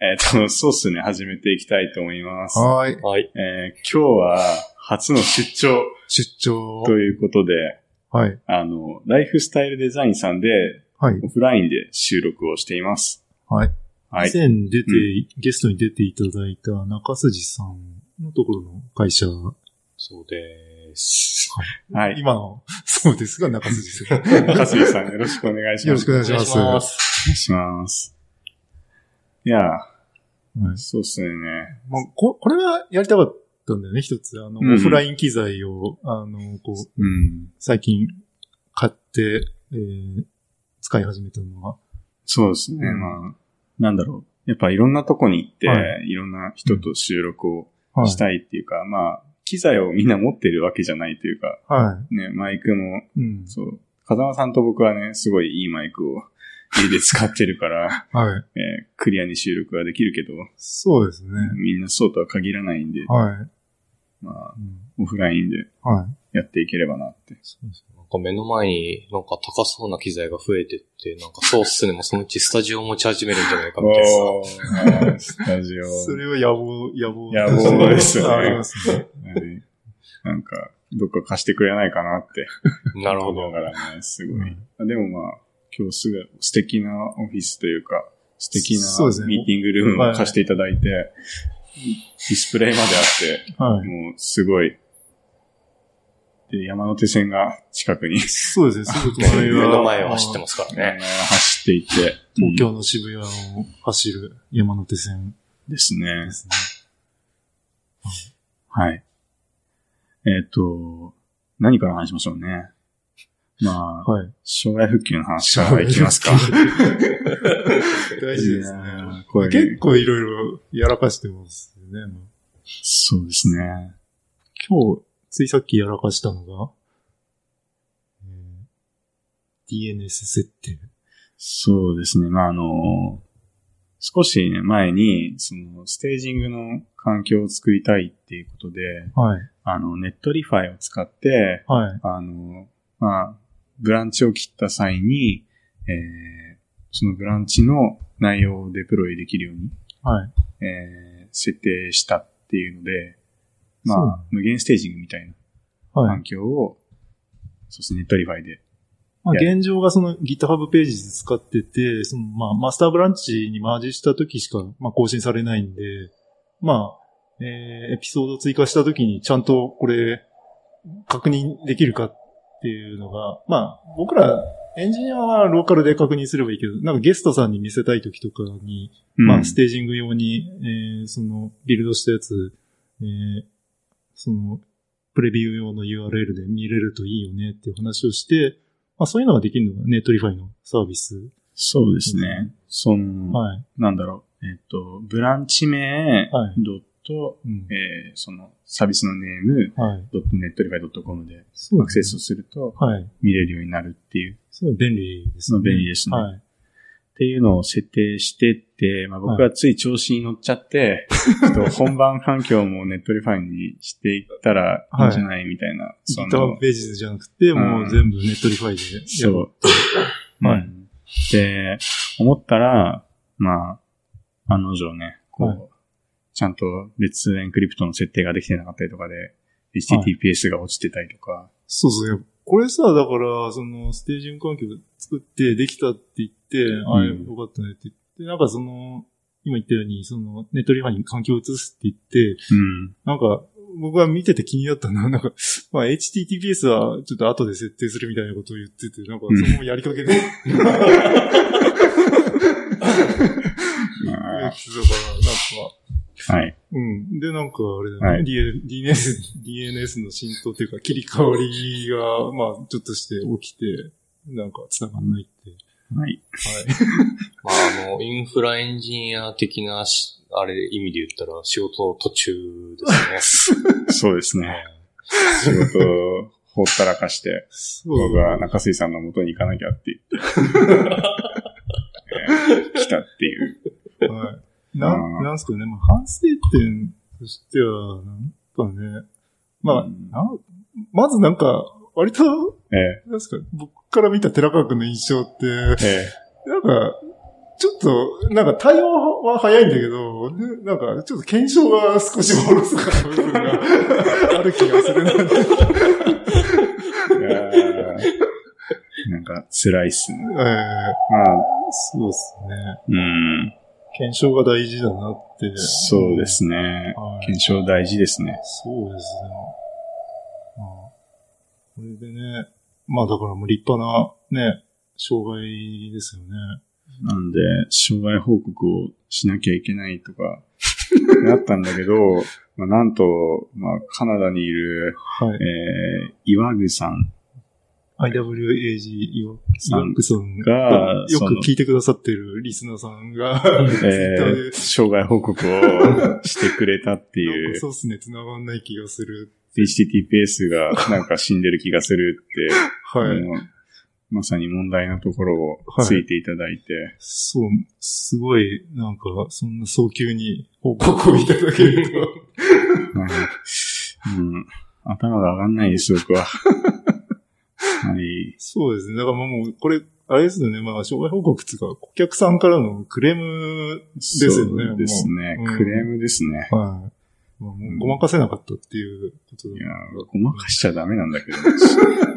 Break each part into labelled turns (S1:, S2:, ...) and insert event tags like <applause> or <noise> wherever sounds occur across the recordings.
S1: えーっと、そうっすね、始めていきたいと思います。
S2: はーい。
S3: はい。
S1: えー今日は、初の出張
S2: 出張。
S1: ということで、
S2: はい。
S1: あの、ライフスタイルデザインさんで、
S2: はい。
S1: オフラインで収録をしています。
S2: はい。
S1: はい
S2: 以。前出て、ゲストに出ていただいた中筋さんのところの会社。
S3: そうです。
S1: はい。
S2: 今の、 <laughs> そうですが、中筋
S1: <laughs>
S2: さん。よ
S1: かすみさん、よろしくお願いします。
S2: ろしくお願いします。
S3: お願
S2: ま
S3: いしま
S2: す
S3: す。
S1: お願いします。いやー、
S2: はい
S1: そうっすよね。
S2: まあ、ここれはやりたかったんだよね、一つ。あの、
S1: うん
S2: オフライン機材を、あの、こう、
S1: うん。
S2: 最近買って、えー使い始めたのは。
S1: そうですね。
S2: うん
S1: まあ、なんだろう。やっぱいろんなとこに行って、、
S2: はい
S1: ろんな人と収録を
S2: はい。
S1: したいっていうか、まあ、機材をみんな持ってるわけじゃないというか、
S2: は
S1: ね、マイクも、
S2: い。うん。
S1: そう、風間さんと僕はね、すごいいいマイクを家で使ってるから、 <laughs>
S2: はい。
S1: えークリアに収録はできるけど、
S2: そうですね。
S1: みんなそうとは限らないんで、
S2: はい。
S1: まあ、
S2: うん
S1: オフラインで
S2: はい。
S1: やっていければなって。
S2: そうです
S3: なんか目の前になんか高そうな機材が増えてって、なんかそうっすね、もうそのうちスタジオを持ち始めるんじゃないかみたい
S1: お
S2: <laughs>
S3: な。
S1: ー、スタジオ。
S2: それは野望、野望。
S1: 野望ですよね
S2: ありますね。
S1: はいなんか、どっか貸してくれないかなって。
S3: なるほど
S1: 思い。ながらね、すご
S2: う
S1: い。でもまあ、今日すぐ素敵なオフィスというか、素敵
S2: そうです
S1: な
S2: ね
S1: ミーティングルームを貸していただいて、ディスプレイまであっ
S2: は
S1: て、
S2: い。
S1: もうすごい。で、山手線が近くに
S2: そうですね、すぐ隣
S3: <laughs> 目
S2: が。
S3: の前を走ってますからね。
S1: ね走っていて、
S2: 東京の渋谷を走る山手線
S1: うんですね
S2: で。すね。
S1: はい。えっと、何から話しましょうね。まあ、
S2: はい。
S1: 障害復旧の話からいきますか。
S2: <laughs> 大事です
S1: い
S2: ね
S1: やー。これ
S2: 結構いろいろやらかしてますよね。
S1: そうですね。
S2: 今日、ついさっきやらかしたのが、えー DNS 設定。
S1: そうですね。まあ、あの、少しね前に、その、ステージングの環境を作りたいっていうことで、
S2: はい。
S1: あの、ネットリファイを使って、
S2: はい。
S1: あの、まあ、ブランチを切った際に、えーそのブランチの内容をデプロイできるように、
S2: はい。
S1: えー設定したっていうので、
S2: そう
S1: ま
S2: な
S1: あ、無限ステージングみたいな
S2: はい。
S1: 環境を、そうですね、ネットリファイで。
S2: まあ、
S1: いや
S2: 現状がその GitHub ページで使ってて、そのまあマスターブランチにマージした時しかまあ更新されないんで、まあ、えーエピソードを追加した時にちゃんとこれ確認できるかっていうのが、まあ僕らエンジニアはローカルで確認すればいいけど、なんかゲストさんに見せたい時とかに、ま
S1: う
S2: あ
S1: ん
S2: ステージング用に、えーそのビルドしたやつ、えーそのプレビュー用の URL で見れるといいよねっていう話をして、まあそういうのができるのがネットリファイのサービス。
S1: そうですね。その、
S2: はい。
S1: なんだろう、えっ、と、ブランチ名、
S2: はい
S1: ドット、
S2: うん
S1: えーその、サービスのネーム、
S2: はい。
S1: ドットネットリファイドットコムで
S2: そう
S1: アクセスをすると
S2: はい。
S1: 見れるようになるっていう、
S2: すごい便利ですね。
S1: 便利ですね
S2: はい。
S1: っていうのを設定してって、まあ僕はつい調子に乗っちゃって、ちょっと本番環境もネットリファイにしていったらいいんじゃないみたいな、そ
S2: GitHub
S1: の、
S2: ページじゃなくて、もう全部ネットリファイでやる。
S1: そう。
S2: はい
S1: うん。で、思ったら、まあ、案の定ね、こう、
S2: はい
S1: ちゃんと別エンクリプトの設定ができてなかったりとかで、HTTPS が落ちてたりとか、
S2: そうそう。これさ、だから、その、ステージング環境作って、できたって言って、ああ、
S1: うん
S2: よかったねって言って、なんかその、今言ったように、その、ネットリファイに環境を移すって言って、
S1: うん。
S2: なんか、僕は見てて気になったな。なんか、 <laughs> まあ、HTTPS はちょっと後で設定するみたいなことを言ってて、なんか、そのままやりか
S1: <laughs>
S2: けで、やってたから、なん
S1: あ
S2: か、
S1: ーはい。
S2: うん。で、なんか、あれだね、
S1: はい
S2: D- DNS、DNS の浸透っていうか、切り替わりが、まあ、ちょっとして起きて、なんか、繋がんな
S1: <laughs>
S2: いって。
S1: はい。
S3: まあ、あの、インフラエンジニア的なし、あれ、意味で言ったら、仕事の途中ですね。
S1: そうですね。仕事をほったらかして、
S2: そう
S1: 僕
S2: だね。
S1: は中水さんの元に行かなきゃって言って、えー来たっていう。
S2: はい。な
S1: うん
S2: ん、なんすかね、まあ、反省点としては、なんかね、まあ、
S1: うん
S2: なんまずなんか、割と、
S1: え
S2: なんすか、僕から見た寺川くんの印象って、
S1: ーえ
S2: なんか、ちょっと、なんか対応は早いんだけど、ねなんかちょっと検証が少しおろそかな部
S1: <laughs>
S2: 分がある気がするな。
S1: なんか、辛いっすね。
S2: えー
S1: まあ、
S2: そうですね。
S1: うん。
S2: 検証が大事だなって。
S1: そうで。すね。
S2: はい、
S1: 検証大事ですね。
S2: そうですね。まあ、これでね、まあだからもう立派なね、障害ですよね。
S1: なんで、障害報告をしなきゃいけないとか、なったんだけど、 <laughs> まあ、なんと、まあ、カナダにいる、
S2: はい。
S1: えー、岩具さん
S2: IWAG 岩
S1: さん
S2: 木さん
S1: が
S2: よく
S1: その
S2: 聞いてくださってるリスナーさんが、ツイッター
S1: え
S2: で
S1: ー、障害報告をしてくれたって
S2: なん
S1: い
S2: か
S1: う
S2: そ、うっすね、繋がんない気がする。
S1: HTTPS がなんか死んでる気がするって、
S2: はい。
S1: あのまさに問題のところ
S2: は
S1: を
S2: い
S1: ついていただいて、
S2: そう、すごい、なんか、そんな早急に報告をいただけると。
S1: <laughs> うんうん頭が上がんないです、
S2: <laughs>
S1: 僕は。はい。
S2: そうですね。だからもう、これ、あれですよね。まあ、障害報告っていうか、顧客さんからのクレーム、
S1: そ
S2: よね
S1: うですね
S2: もうう。ん
S1: クレームですね。
S2: はい。まあ、もうごまかせなかったっていうこと
S1: い
S2: で
S1: や。ー、ごまかしちゃダメなんだ
S2: <laughs>
S1: けど、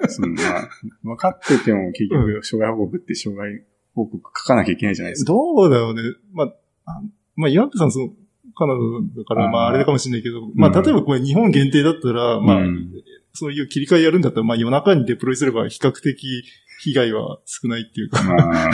S1: そのまあ、分かってても結局、障害報告って障害報告書かなきゃいけないじゃないですか。
S2: どうだろうね。まあ、あまあ、岩手さん、その、カナダだから、
S1: あー
S2: まあ、あれかもしれないけど、まあ、例えばこれ日本限定だったら、まあ
S1: う、ん
S2: そういう切り替えやるんだったら、まあ、夜中にデプロイすれば比較的被害は少ないっていうか、
S1: まあ、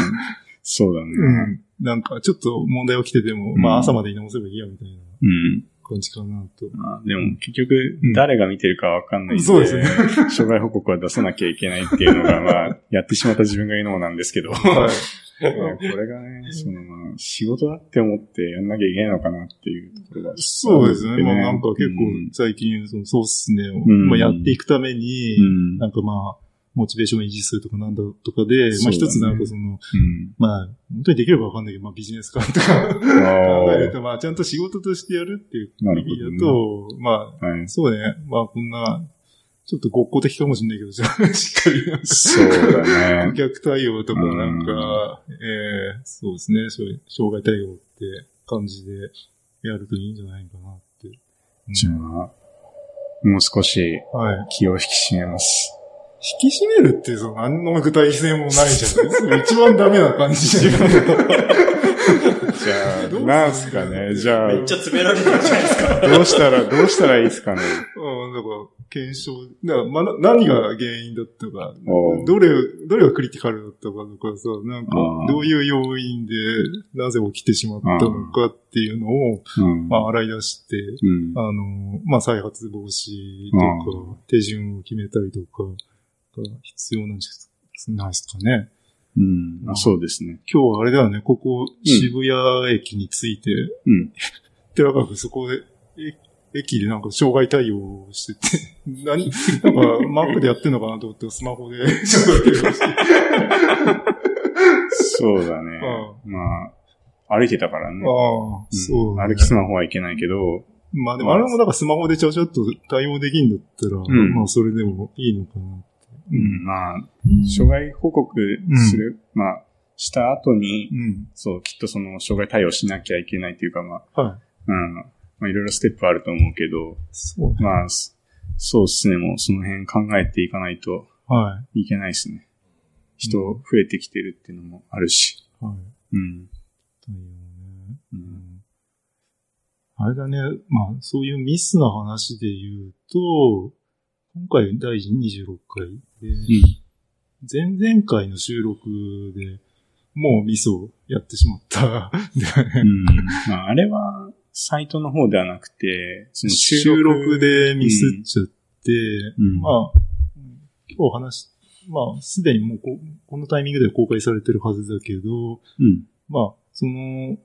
S1: そうだね。
S2: うん。なんか、ちょっと問題起きてても、
S1: う
S2: まあ
S1: ん
S2: 朝までに直せばいいや、みたいな
S1: うん
S2: 感じかなと。
S1: まあ、でも結局、誰が見てるかわかんないんで、
S2: そう
S1: <laughs>
S2: ですね
S1: 障害報告は出さなきゃいけないっていうのが、まあ、やってしまった自分が言うのもなんですけど、
S2: はい。
S1: これがね、その、まあ、仕事だって思ってやんなきゃいけないのかなっていうところが、
S2: そうですね。まあなんか結構
S1: うん
S2: 最近、そのそうっすねを、
S1: ん
S2: まあやっていくために
S1: う、ん。
S2: なんかまあ、モチベーションを維持するとかなんだとかで、ま
S1: そ
S2: あ
S1: うだね
S2: 一つなんかその、
S1: うん
S2: まあ、本当にできればわかんないけど、まあビジネス化とか考えると、まあちゃんと仕事としてやるっていう
S1: なる
S2: 意味だ
S1: ほ
S2: と、まあ、
S1: どね。はい。
S2: そうね。まあこんな、ちょっとごっこ的かもしれないけど、じゃあしっかりなんか
S1: そうだ
S2: 顧
S1: ね。
S2: <laughs> 客対応とか、なん
S1: う
S2: か、えーそうですね、障障害対応って感じでやるといいんじゃないかなって。うん
S1: じゃあ、もう少し
S2: はい。
S1: 気を引き締めます。
S2: 引き締めるって、その、何の具体性もないじゃないですか。一番ダメな
S1: <laughs>
S2: 感じじゃない
S1: じゃあ、
S2: どうする
S1: なんすかね。じゃあ、
S4: めっちゃ詰められてるじゃないですか。
S1: どうしたら、どうしたらいいですかね。
S2: うん、だから、検証、だからまあ、な何が原因だったか、
S1: おう
S2: <laughs> どれ、どれがクリティカルだったかとかさ、なんか
S1: あ、ー
S2: どういう要因で、なぜ起きてしまったのかっていうのを、
S1: うん
S2: まあ、洗い出して、
S1: うん
S2: あの、まあ、再発防止と
S1: う
S2: か、手順を決めたりとかが必要なんじゃないですかね。
S1: うん。あそうですね。
S2: 今日はあれだよね、ここ、渋谷駅について、
S1: うん。
S2: 寺川君そこ <laughs> で、え駅でなんか障害対応をして <laughs> て、何なんか、マックでやってんのかなと思って、スマホで、 <laughs> ちょっとやってました
S1: そうだね。まあ、歩いてたからね。
S2: ああ、
S1: うん
S2: そう、ね。
S1: 歩きスマホはいけないけど、
S2: まあでも、あれもなんかスマホでちゃちゃっと対応できんだったら、
S1: ん
S2: まあ、それでもいいのかなって。う。
S1: うんんまあ、障害報告する、まあ、した後に
S2: う、ん。
S1: そう、きっとその、障害対応しなきゃいけないというか、まあ、
S2: はい。
S1: うん。まあ、いろいろステップあると思うけど、
S2: そうね。
S1: まあ、そそうですね、もうその辺考えていかないと
S2: はい
S1: けないですね。人増えてきてるっていうのもあるし。
S2: い。はい。
S1: うん。
S2: だよね。
S1: う
S2: うんんあれだね、まあ、そういうミスの話で言うと、今回第26回で、前々回の収録でもうミスをやってしまった。
S1: うん。まあ、あれは、サイトの方ではなくて、その
S2: 収録。でミスっちゃって、
S1: うん。
S2: まあ、今日話し、まあ、すでにもうここのタイミングでは公開されてるはずだけど、
S1: うん。
S2: まあ、その、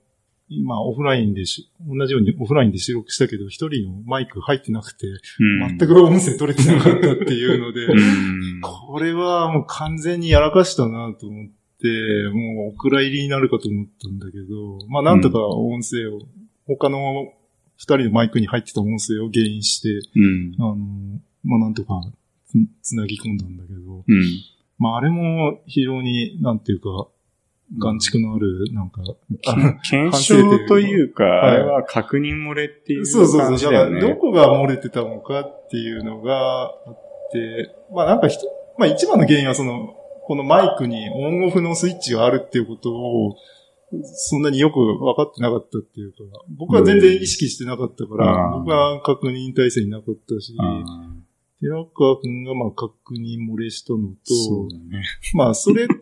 S2: 今オフラインでし、同じようにオフラインで収録したけど、一人のマイク入ってなくて、
S1: うん
S2: 全。く音声取れてなかったっていうので、
S1: うん
S2: これはもう完全にやらかしたなと思って、もうお蔵入りになるかと思ったんだけど、まあなんとか音声を、他の二人のマイクに入ってた音声を原因して、
S1: うん
S2: あ。の、まあなんとかつつなぎ込んだんだけど、
S1: うん。
S2: まああれも非常になんていうか、眼畜のある、なんか、
S1: <laughs>
S2: あの
S1: 検証というか、あれは確認漏れっていう
S2: そうそ
S1: 感
S2: う
S1: じ
S2: そう。
S1: だ
S2: だ
S1: よ
S2: か
S1: ね。
S2: ら、どこが漏れてたのかっていうのがあって、まあなんかひと、まあ一番の原因はその、このマイクにオンオフのスイッチがあるっていうことを、そんなによく分かってなかったっていうか、僕は全然意識してなかったから、
S1: うん
S2: 僕は確認体制になかったし、
S1: うん
S2: 寺川くんがまあ確認漏れしたの
S1: そ
S2: と
S1: う、だね。
S2: まあ、それ <laughs> と、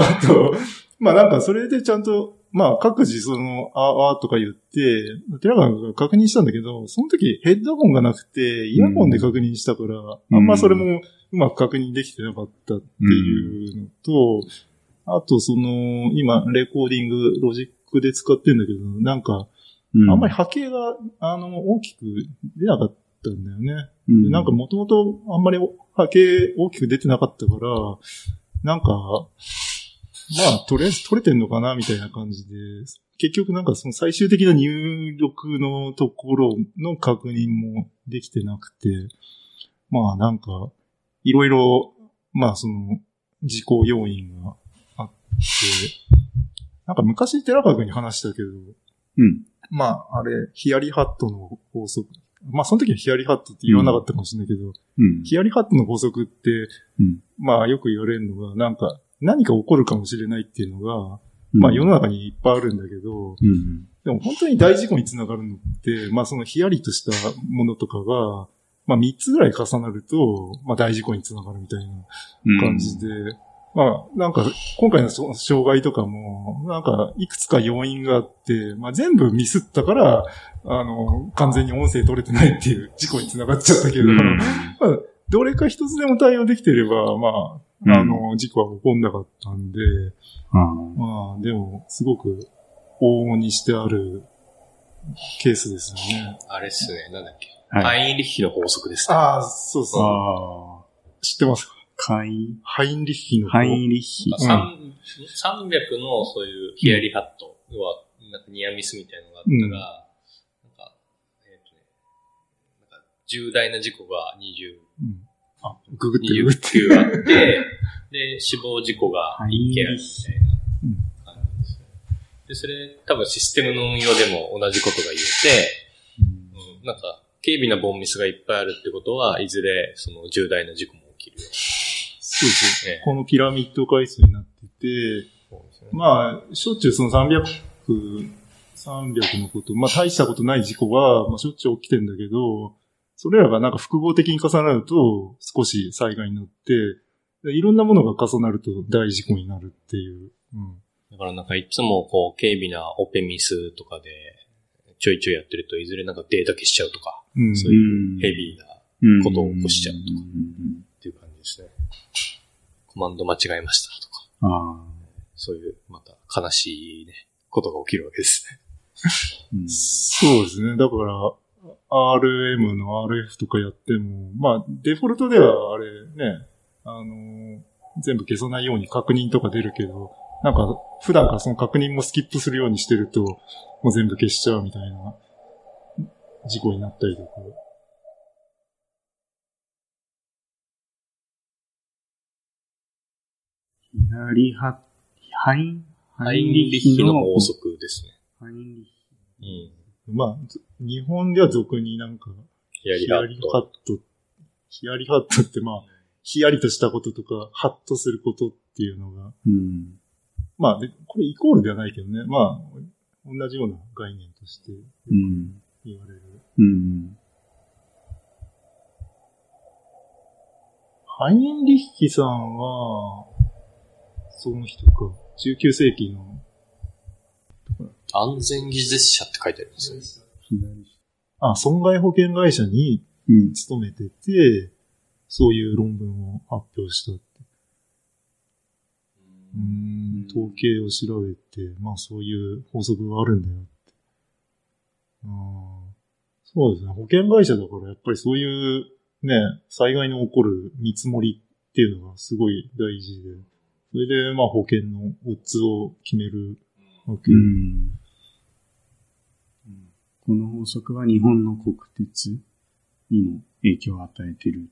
S2: あと、まあなんかそれでちゃんと、まあ各自その、ああとか言って、寺川が確認したんだけど、その時ヘッドホンがなくて、イヤホンで確認したから、
S1: ん
S2: あんまそれもうまく確認できてなかったっていうのと、あとその、今、レコーディング、ロジックで使ってんだけど、なんか、
S1: う
S2: あんまり波形が、あの、大きく出なかったんだよね。
S1: り
S2: でなんか、もともとあんまり波形大きく出てなかったから、なんか、まあ、とりあえず取れてんのかな、みたいな感じで、結局なんかその最終的な入力のところの確認もできてなくて、まあなんか、いろいろ、まあその、事項要因があって、なんか昔寺川君に話したけど、
S1: うん。
S2: まあ、あれ、ヒヤリハットの法則。まあ、その時はヒヤリハットって言わなかったかもしれないけど、
S1: うん。
S2: ヒヤリハットの法則って、
S1: うん
S2: まあ、よく言われるのが、なんか、何か起こるかもしれないっていうのが、
S1: うん
S2: まあ、世の中にいっぱいあるんだけど、
S1: うん。
S2: でも本当に大事故につながるのって、まあ、そのヒヤリとしたものとかが、まあ、3つぐらい重なると、まあ、大事故につながるみたいな
S1: うん
S2: 感じで、まあ、なんか、今回のそ障害とかも、なんか、いくつか要因があって、まあ、全部ミスったから、あの、完全に音声取れてないっていう事故につながっちゃったけど、
S1: うん
S2: まあ、どれか一つでも対応できてれば、ま
S1: うん
S2: あ、あの、事故は起こんなかったんで、
S1: うん
S2: まあ、でも、すごく、往々にしてあるケースですよね。
S3: あれっすね、なんだっけ。
S1: はい。
S3: ハインリッヒの法則ですね。
S2: ああ、そうそう。
S1: ああ。
S2: 知ってます
S1: 会員
S2: ハインリッヒの。
S1: ハインリッヒ。
S3: 三三300のそういうヒヤリハットは、なんかニアミスみたいなのがあったら、なんか、えっ、とね、なんか重大な事故が20、
S2: うんあ、ググってる。
S3: 20級あって、で、死亡事故が1件あるみたいな感じですね。で、それ、多分システムの運用でも同じことが言えて、うん、なんか、軽微なボンミスがいっぱいあるってことは、いずれ、その重大な事故も起きるよ。
S2: そうそう。
S3: ええ
S2: このピラミッド回数になってて、
S3: そうですね
S2: まあ、しょっちゅうその300、300のこと、まあ大したことない事故は、まあしょっちゅう起きてんだけど、それらがなんか複合的に重なると、少し災害になって、でいろんなものが重なると大事故になるっていう。うん。
S3: だからなんかいつもこう、軽微なオペミスとかで、ちょいちょいやってると、いずれなんかデータ消しちゃうとか、
S2: うん。
S3: そう
S1: うん
S3: ヘビーなっ
S1: うん
S3: ことを起こしちゃうとか
S1: ん
S3: ていう感じですね。コマンド間違えましたとか、
S1: ああ。
S3: そういう、また悲しいね、ことが起きるわけですね。
S1: うん
S2: そうですね。だから、RM の RF とかやっても、まあ、デフォルトではあれね、あのー全部消さないように確認とか出るけど、なんか、普段からその確認もスキップするようにしてると、もう全部消しちゃうみたいな、事故になったりとか。
S1: ヒヤリハ、ハイン、ハ
S3: ハインリッヒの法。則ですね。
S1: ハインリッヒ
S3: うん。
S2: まあ、ず日本では俗になんか、
S3: ヒヤ
S2: ヒ
S3: リ
S2: ヤ
S3: ハ
S2: リ
S3: ッ
S2: ハッ
S3: ト。
S2: ト、ヒヤリハットってまあ、ヒヤリとしたこととか、ハッとすることっていうのが、
S1: うん。
S2: まあ、でこれイコールではないけどね。まあ、同じような概念として
S1: うん。
S2: 言われる。
S1: うん。
S2: ハインリッヒさんは、その人か、19世紀の、
S3: 安全技術者って書いてありますね。
S1: ヒヤリ
S2: あ、損害保険会社に
S1: うん。
S2: 勤めてて、そういう論文を発表したって。うーん、統計を調べて、まあそういう法則があるんだよって。あーそうですね。保険会社だからやっぱりそういうね、災害に起こる見積もりっていうのがすごい大事で、それでまあ保険のオッズを決めるわけ。
S1: うん。この法則は日本の国鉄にも影響を与えてる。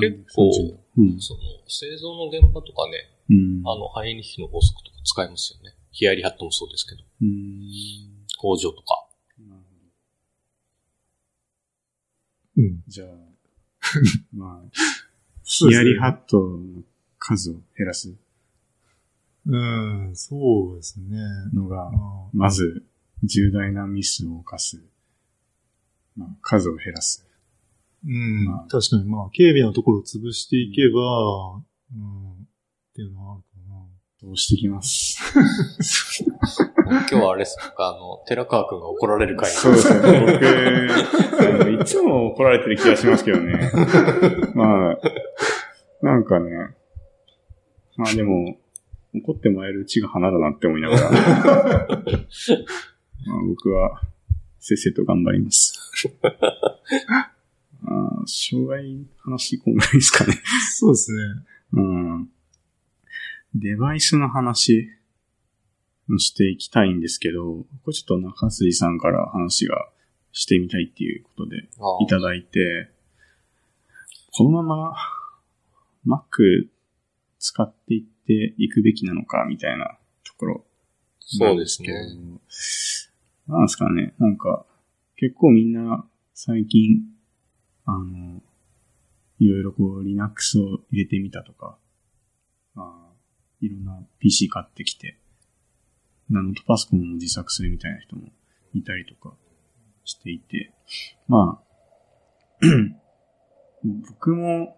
S3: 結構、
S1: うん。
S3: その、製造の現場とかね、
S1: うん。
S3: あの、ハインリッヒの法則とか使えますよね。ヒヤリハットもそうですけど。工場とか。 <laughs>
S2: うん。
S1: じゃあ、まあ、ヒヤリハットの数を減らす
S2: うん、そうですね。
S1: のが
S2: あ、ー
S1: まず、重大なミスを犯す。まあ、数を減らす。
S2: うん、
S1: まあ
S2: 確かに、まあ、警備のところを潰していけば、うん、っていうのはあるかな。
S1: そうしてきます。
S3: 今日はあれですか、あの、寺川くんが怒られる回
S1: そうですね。僕、あ <laughs> のいつも怒られてる気がしますけど <laughs> ね。まあ、なんかね。まあでも、怒ってもらえるうちが花だなって思いな <laughs> がら。まあ僕は、せっせと頑張ります。 <laughs> ああ、障害話こんぐらいですかね。
S2: そうですね。
S1: うん。デバイスの話をしていきたいんですけど、これちょっと中杉さんから話がしてみたいっていうことで
S3: あ
S1: いただいて、このまま Mac 使っていっていくべきなのかみたいなところ
S3: そうですね。
S1: なんですけど。なんですかね、なんか、結構みんな最近、あの、いろいろこう Linux を入れてみたとか、まあ、いろんな PC 買ってきて、ナノトパソコンも自作するみたいな人もいたりとかしていて、まあ、 <clears throat> 僕も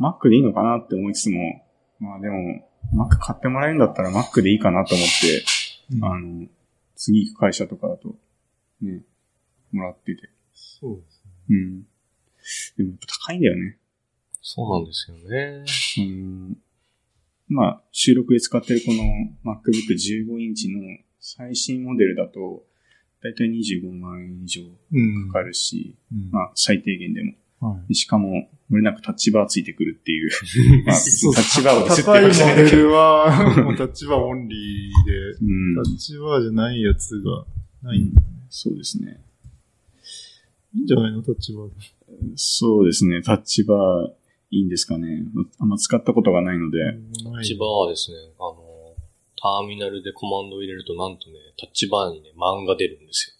S1: Mac でいいのかなって思いつつも、まあでも、Mac 買ってもらえるんだったら Mac でいいかなと思って、
S2: うん
S1: あの、次行く会社とかだと、ね、もらってて。
S2: そうですね。
S1: うん。でもやっぱ高いんだよね。
S3: そうなんですよね。
S1: うん。まあ、収録で使ってるこの MacBook 15インチの最新モデルだと、だいたい25万円以上
S2: うん。
S1: かかるし、
S2: うん
S1: まあ、最低限でも。
S2: はい。
S1: しかも、漏れなくタッチバーついてくるって
S2: <laughs>
S1: いう。まあ、タ
S2: そう
S1: ッチバーをすって
S2: 高い
S1: ました
S2: モ
S1: け
S2: デ
S1: ど。
S2: ルは、もうタッチバーオンリーで、
S1: うん
S2: タ。ッチバーじゃないやつがないんだね。
S1: そうですね。
S2: いいんじゃないのタッチバーで。
S1: そうですね。タッチバーいいんですかね。あんま使ったことがないので。
S2: タ
S3: タッチバーはですね、あの、ターミナルでコマンドを入れるとなんとね、タッチバーにね、マンが出るんです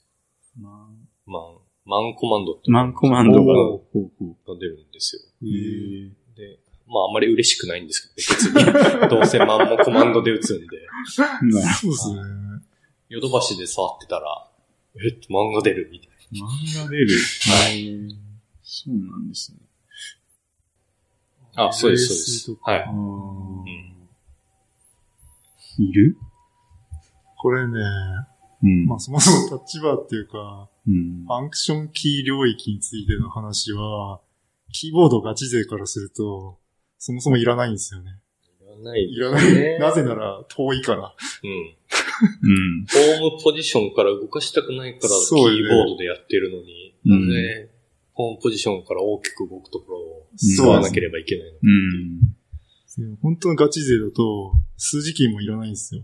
S1: マン
S3: よ。マン、マンコマンドって。
S1: マンコマンドが。
S3: が
S1: ほうほ
S3: 出るんですよ。
S1: う
S3: で、まああんまり嬉しくないんですけど、別に。 <laughs> どうせマンもコマンドで打つん
S1: な
S3: で、
S1: る
S2: そうですね。
S3: ヨドバシで触ってたら、えっと、マンが出るみたいな。
S1: 漫画出る。はい。そうなんですね。
S3: あ、そうです、そうです。は
S1: あ
S3: い。う
S1: ー
S3: ん
S1: いる
S2: これね、
S1: うん。
S2: まあそもそもタッチバーっていうか、
S1: うん。
S2: ファンクションキー領域についての話は、キーボードガチ勢からすると、そもそもいらないんですよね。
S3: いらない
S2: いら
S3: です
S2: な
S3: ね、
S2: い。なぜなら遠いから。
S3: うん。
S1: うん。
S3: ホームポジションから動かしたくないから、キ
S2: そうよね
S3: ーボードでやってるのに、
S1: うん
S3: なぜ、ホームポジションから大きく動くところを使
S1: そう
S3: わ
S1: で
S3: な
S1: す
S3: ければいけないの。
S1: うん。
S2: 本当のガチ勢だと、数字キーもいらないんですよ。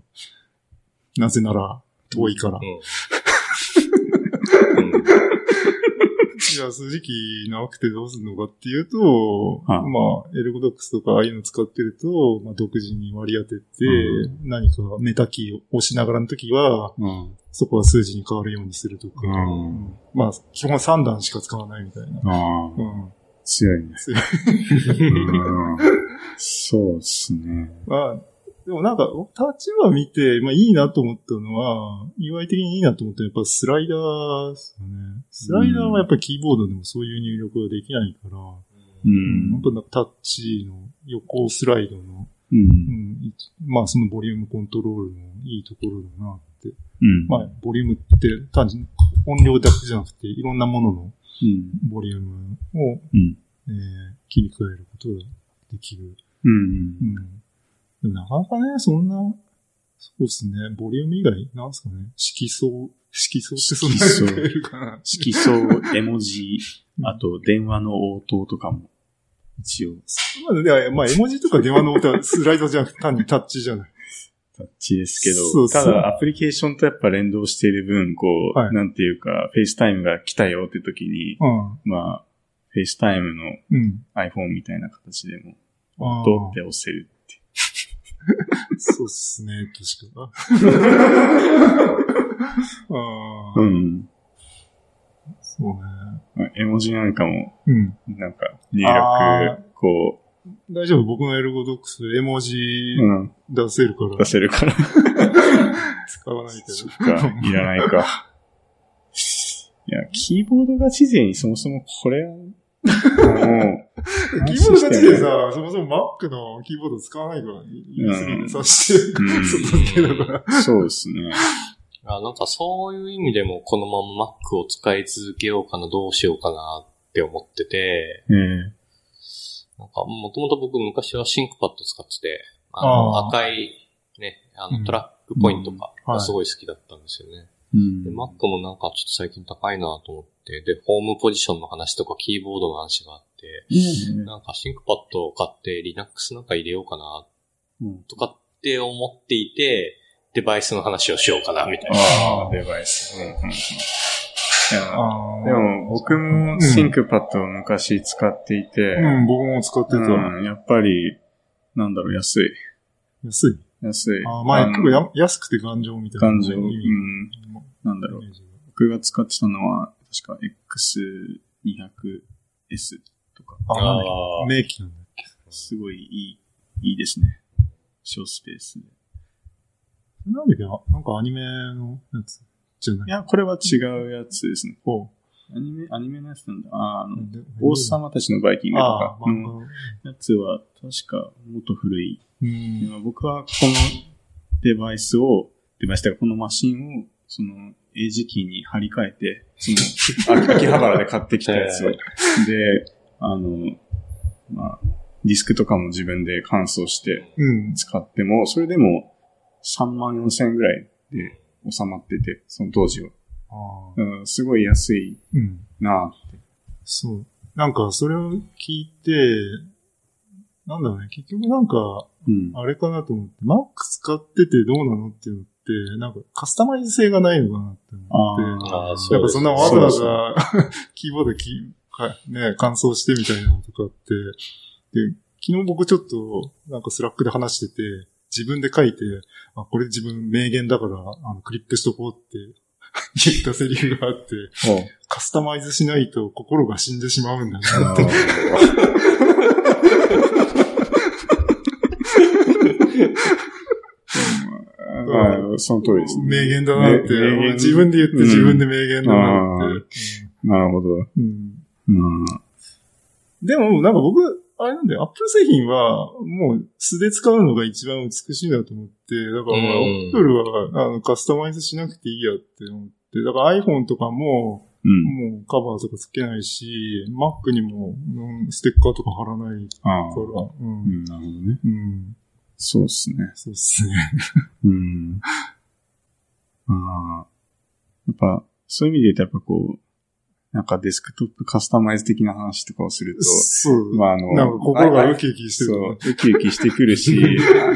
S2: なぜなら、遠いから。
S3: うん。うん
S2: じゃあ数字キーなくてどうするのかっていうと、
S1: は
S2: ま
S1: い
S2: あ、エルゴドックスとかああいうの使ってると、まあ、独自に割り当てて、
S1: う
S2: 何かメタキーを押しながらの時は、
S1: うん。
S2: そこは数字に変わるようにするとか、
S1: うん
S2: うんまあ、基本3段しか使わないみたいな。
S1: あ
S2: う
S1: あ、
S2: ん。
S1: 強いね。
S2: 強い
S1: うんそうですね。
S2: まあ、でもなんか、タッチバー見て、まあいいなと思ったのは、UI 的にいいなと思ったのは、やっぱスライダーですよね。スライダーはやっぱキーボードでもそういう入力ができないから、
S1: う
S2: うん、
S1: ん
S2: 本。当なんかタッチの横スライドの、
S1: う。
S2: うんん、いちまあそのボリュームコントロールのいいところだなって。
S1: うん。
S2: まあ、ボリュームって単純に音量だけじゃなくて、いろんなものの
S1: うん。
S2: ボリュームを、
S1: うん
S2: えー切り替えることができる。
S1: うん
S2: う。ん。でもなかなかね、そんな、そうですね、ボリューム以外、なんすかね、色相、色相ってそんなに変えるかな。
S1: 色相、絵文字、あと電話の応答とかも、一応、
S2: まあ、でもまあ、絵文字とか電話の音はスライドじゃなくて、単にタッチじゃない。
S1: タッチですけど、
S2: そう
S1: た
S2: そう
S1: だアプリケーションとやっぱ連動している分、こう、
S2: はい
S1: なんていうか、フェイスタイムが来たよって時に、
S2: うん。
S1: まあ、フェイスタイムの
S2: うん。
S1: iPhone みたいな形でも、
S2: あー
S1: ドって押せるって。
S2: そうっすね、確 <laughs> か。ああ、
S1: うん。
S2: そうね。
S1: 絵文字なんかも、
S2: うん。
S1: なんか、入
S2: あ
S1: 力、こ
S2: 大丈夫、僕のエルゴドックス、絵文字
S1: う、うん、
S2: 出せるから
S1: 出せるから、
S2: 使わないけ
S1: そっ
S2: ど。
S1: か、いらない
S2: <laughs>
S1: か。いや、キーボードが地勢にそもそもこ
S2: <laughs>
S1: れは、もう、
S2: キーボード勝ちでさ、そもそも Mac のキーボード使わないから、E3 で挿して、
S1: うん
S2: 外付けだから。
S1: そうですね。
S3: あなんかそういう意味でもこのまま Mac を使い続けようかな、どうしようかなって思ってて、
S1: ええ
S3: なんかもともと僕昔はシンクパッド使ってて、あの
S2: あー
S3: 赤いね、あ
S2: うん
S3: のトラックポイントとか
S2: うんはい
S3: がすごい好きだったんですよね。
S1: うん
S3: で、Mac もなんかちょっと最近高いなと思って、で、ホームポジションの話とかキーボードの話があって、
S1: うん
S3: なんかシンクパッドを買って Linux なんか入れようかな
S1: うん
S3: とかって思っていて、デバイスの話をしようかなみたいな。
S1: ああ、デバイス。うんうんうんいや
S2: あー
S1: で、も僕もシンクパッドを昔使っていて、
S2: うん、僕も使ってた。
S1: うんやっぱり、なんだろう、安い。
S2: 安い。
S1: 安い。
S2: あーまあ、
S1: の
S2: 結構や安くて頑丈みたいな。
S1: 感情、う
S2: 意味
S1: ん、なんだろう。僕が使ってたのは、確か X200S とか、
S2: あ、なんだっ
S3: あ
S2: け
S3: ー
S2: 名機なんだっけ
S1: すごいいい、いいですね。小スペースで。い
S2: なんだっけななんかアニメのやつじゃない。
S1: や、これは違うやつですね。
S2: お
S1: アニメ、アニメのやつなんだ。あー、あの、
S2: で
S1: 王様たちのバイキングと
S2: あ
S1: か
S2: あ、漫
S1: の
S2: 画。
S1: やつは、確かもっと古い。
S2: うん。
S1: 今僕はこのデバイスを、デバイスというかこのマシンを、その、エイジキーに張り替えて、その、あ秋 <laughs> 葉原で買ってきたやつを。 <laughs> で、あの、まあ、ディスクとかも自分で乾燥して
S2: うん。
S1: 使っても、それでも3万4千円ぐらいで収まってて、その当時は。
S2: あー
S1: うん、すごい安い
S2: うん。
S1: なぁ
S2: そう。なんか、それを聞いて、なんだろうね、結局なんか、
S1: うん。
S2: あれかなと思って、Mac 使っててどうなのっていうのって、なんかカスタマイズ性がないのかなって思って、
S3: あーそ
S2: や
S3: う
S2: っぱ
S3: です
S2: そん
S3: ね
S2: なわざ
S1: そうそ
S2: わざ <laughs> キーボードきか、ね、乾燥してみたいなのとかあって、で、昨日僕ちょっと、なんかスラックで話してて、自分で書いて、あ、これ自分名言だから、あの、クリックしとこうって <laughs> 言ったセリフがあって、カスタマイズしないと心が死んでしまうんだなって
S1: まあ、その通りですね。
S2: 名言だなって。
S1: 名名言
S2: 自分で言って
S1: うん
S2: 自分で名言だなって。
S1: なるほど。
S2: うん
S1: うん。
S2: でも、なんか僕、あれなんだよ、アップル製品は、もう素で使うのが一番美しいなと思って、だから、まあア
S3: うん
S2: ップルはあのカスタマイズしなくていいやって思って、だから iPhone とかも、
S1: うん。
S2: もうカバーとかつけないし、Mac にも、うんステッカーとか貼らないか
S1: ああ。
S2: ら、う。
S1: うんん、なるほどね。
S2: うん。
S1: そうですね。
S2: そうっすね。
S1: うん。ああ。やっぱ、そういう意味で言うと、やっぱこう、なんかデスクトップカスタマイズ的な話とかをすると、
S2: そう。
S1: まああの、
S2: なんか心がウ
S1: キ
S2: キウキして
S1: そ
S2: る。
S1: う、ウキウキしてくるし、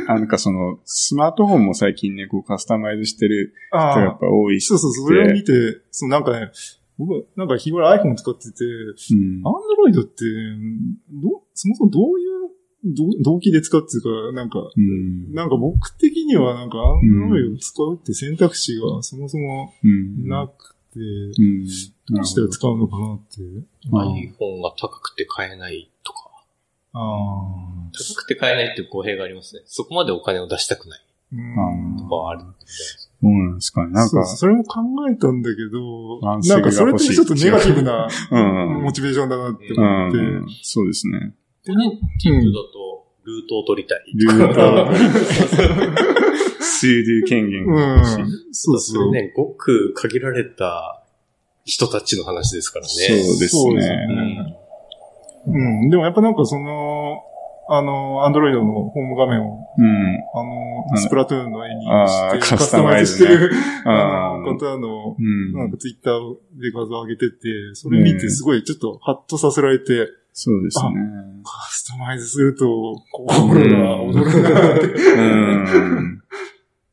S1: あ <laughs> なんかその、スマートフォンも最近ね、こうカスタマイズしてる
S2: あ
S1: 人
S2: あ
S1: やっぱ多いし、
S2: そうそう、それを見て、そうなんかね、僕、なんか日頃 iPhone 使ってて、
S1: うん
S2: アンドロイドって、ど、そもそもどういう、ど動機で使うっていうか、なんか、
S1: うん。
S2: なんか僕的にはなんかアンドロイドを使うって選択肢がそもそも
S1: うん。
S2: なくて、
S1: うん。
S2: どうしたら使うのかなって。
S1: まあ
S3: iPhone が高くて買えないとか。
S2: ああ
S3: 高くて買えないっていう公平がありますね。そこまでお金を出したくない
S2: うん
S3: とかはあるんで。
S1: そうなんですかね。なん
S2: そう
S1: か、
S2: それも考えたんだけど、
S1: バランス
S2: なんかそれってちょっとネガティブな
S1: うん。
S2: モチベーションだなって
S1: う
S2: 思って。
S1: ん。そうですね。
S3: 個人キングだと、ルートを取りたい。
S1: ルータ
S2: あ
S1: ー、スードゥ権限が欲しい。
S2: うん。そう
S3: そ
S2: そう。
S3: れね、ごく限られた人たちの話ですからね。
S1: そうです
S2: そうです
S1: ね
S2: ね。うん。でもやっぱなんかその、あの、アンドロイドのホーム画面を、
S1: うん。
S2: あの
S1: う、ん
S2: スプラトゥーンの絵に
S1: あ
S2: し
S1: ー
S2: て、
S1: カ
S2: カ
S1: ス
S2: ス
S1: タ
S2: タ
S1: マ
S2: マ
S1: イ
S2: イ
S1: ズ
S2: ズ
S1: ね
S2: してる、あ
S1: あ
S2: の、
S1: ー
S2: 方の、
S1: うん。
S2: なんかツイッターで画像上げてて、それ見てすごいちょっとハッとさせられて、
S1: そうですね。
S2: カスタマイズすると、心が踊るなって。
S1: うん。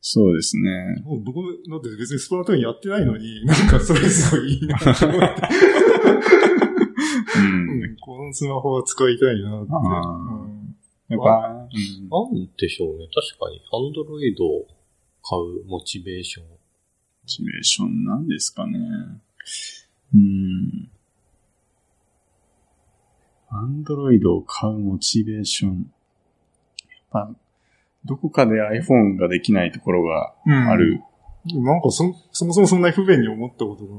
S1: そうですね。
S2: <laughs> もう僕も、だって別にスプラトゥーンやってないのに、なんかそれすごいいいなって思って、
S1: う。
S2: うんんこのスマホは使いたいなって。
S1: あー
S2: うん
S1: やっぱ、うん
S3: なんでしょうね。確かに、アンドロイドを買うモチベーション。
S1: モチベーションなんですかね。うん。アンドロイドを買うモチベーション。やっぱ、どこかで iPhone ができないところが
S2: うん。
S1: あ。る。
S2: なんかそ、そもそもそんなに不便に思ったことが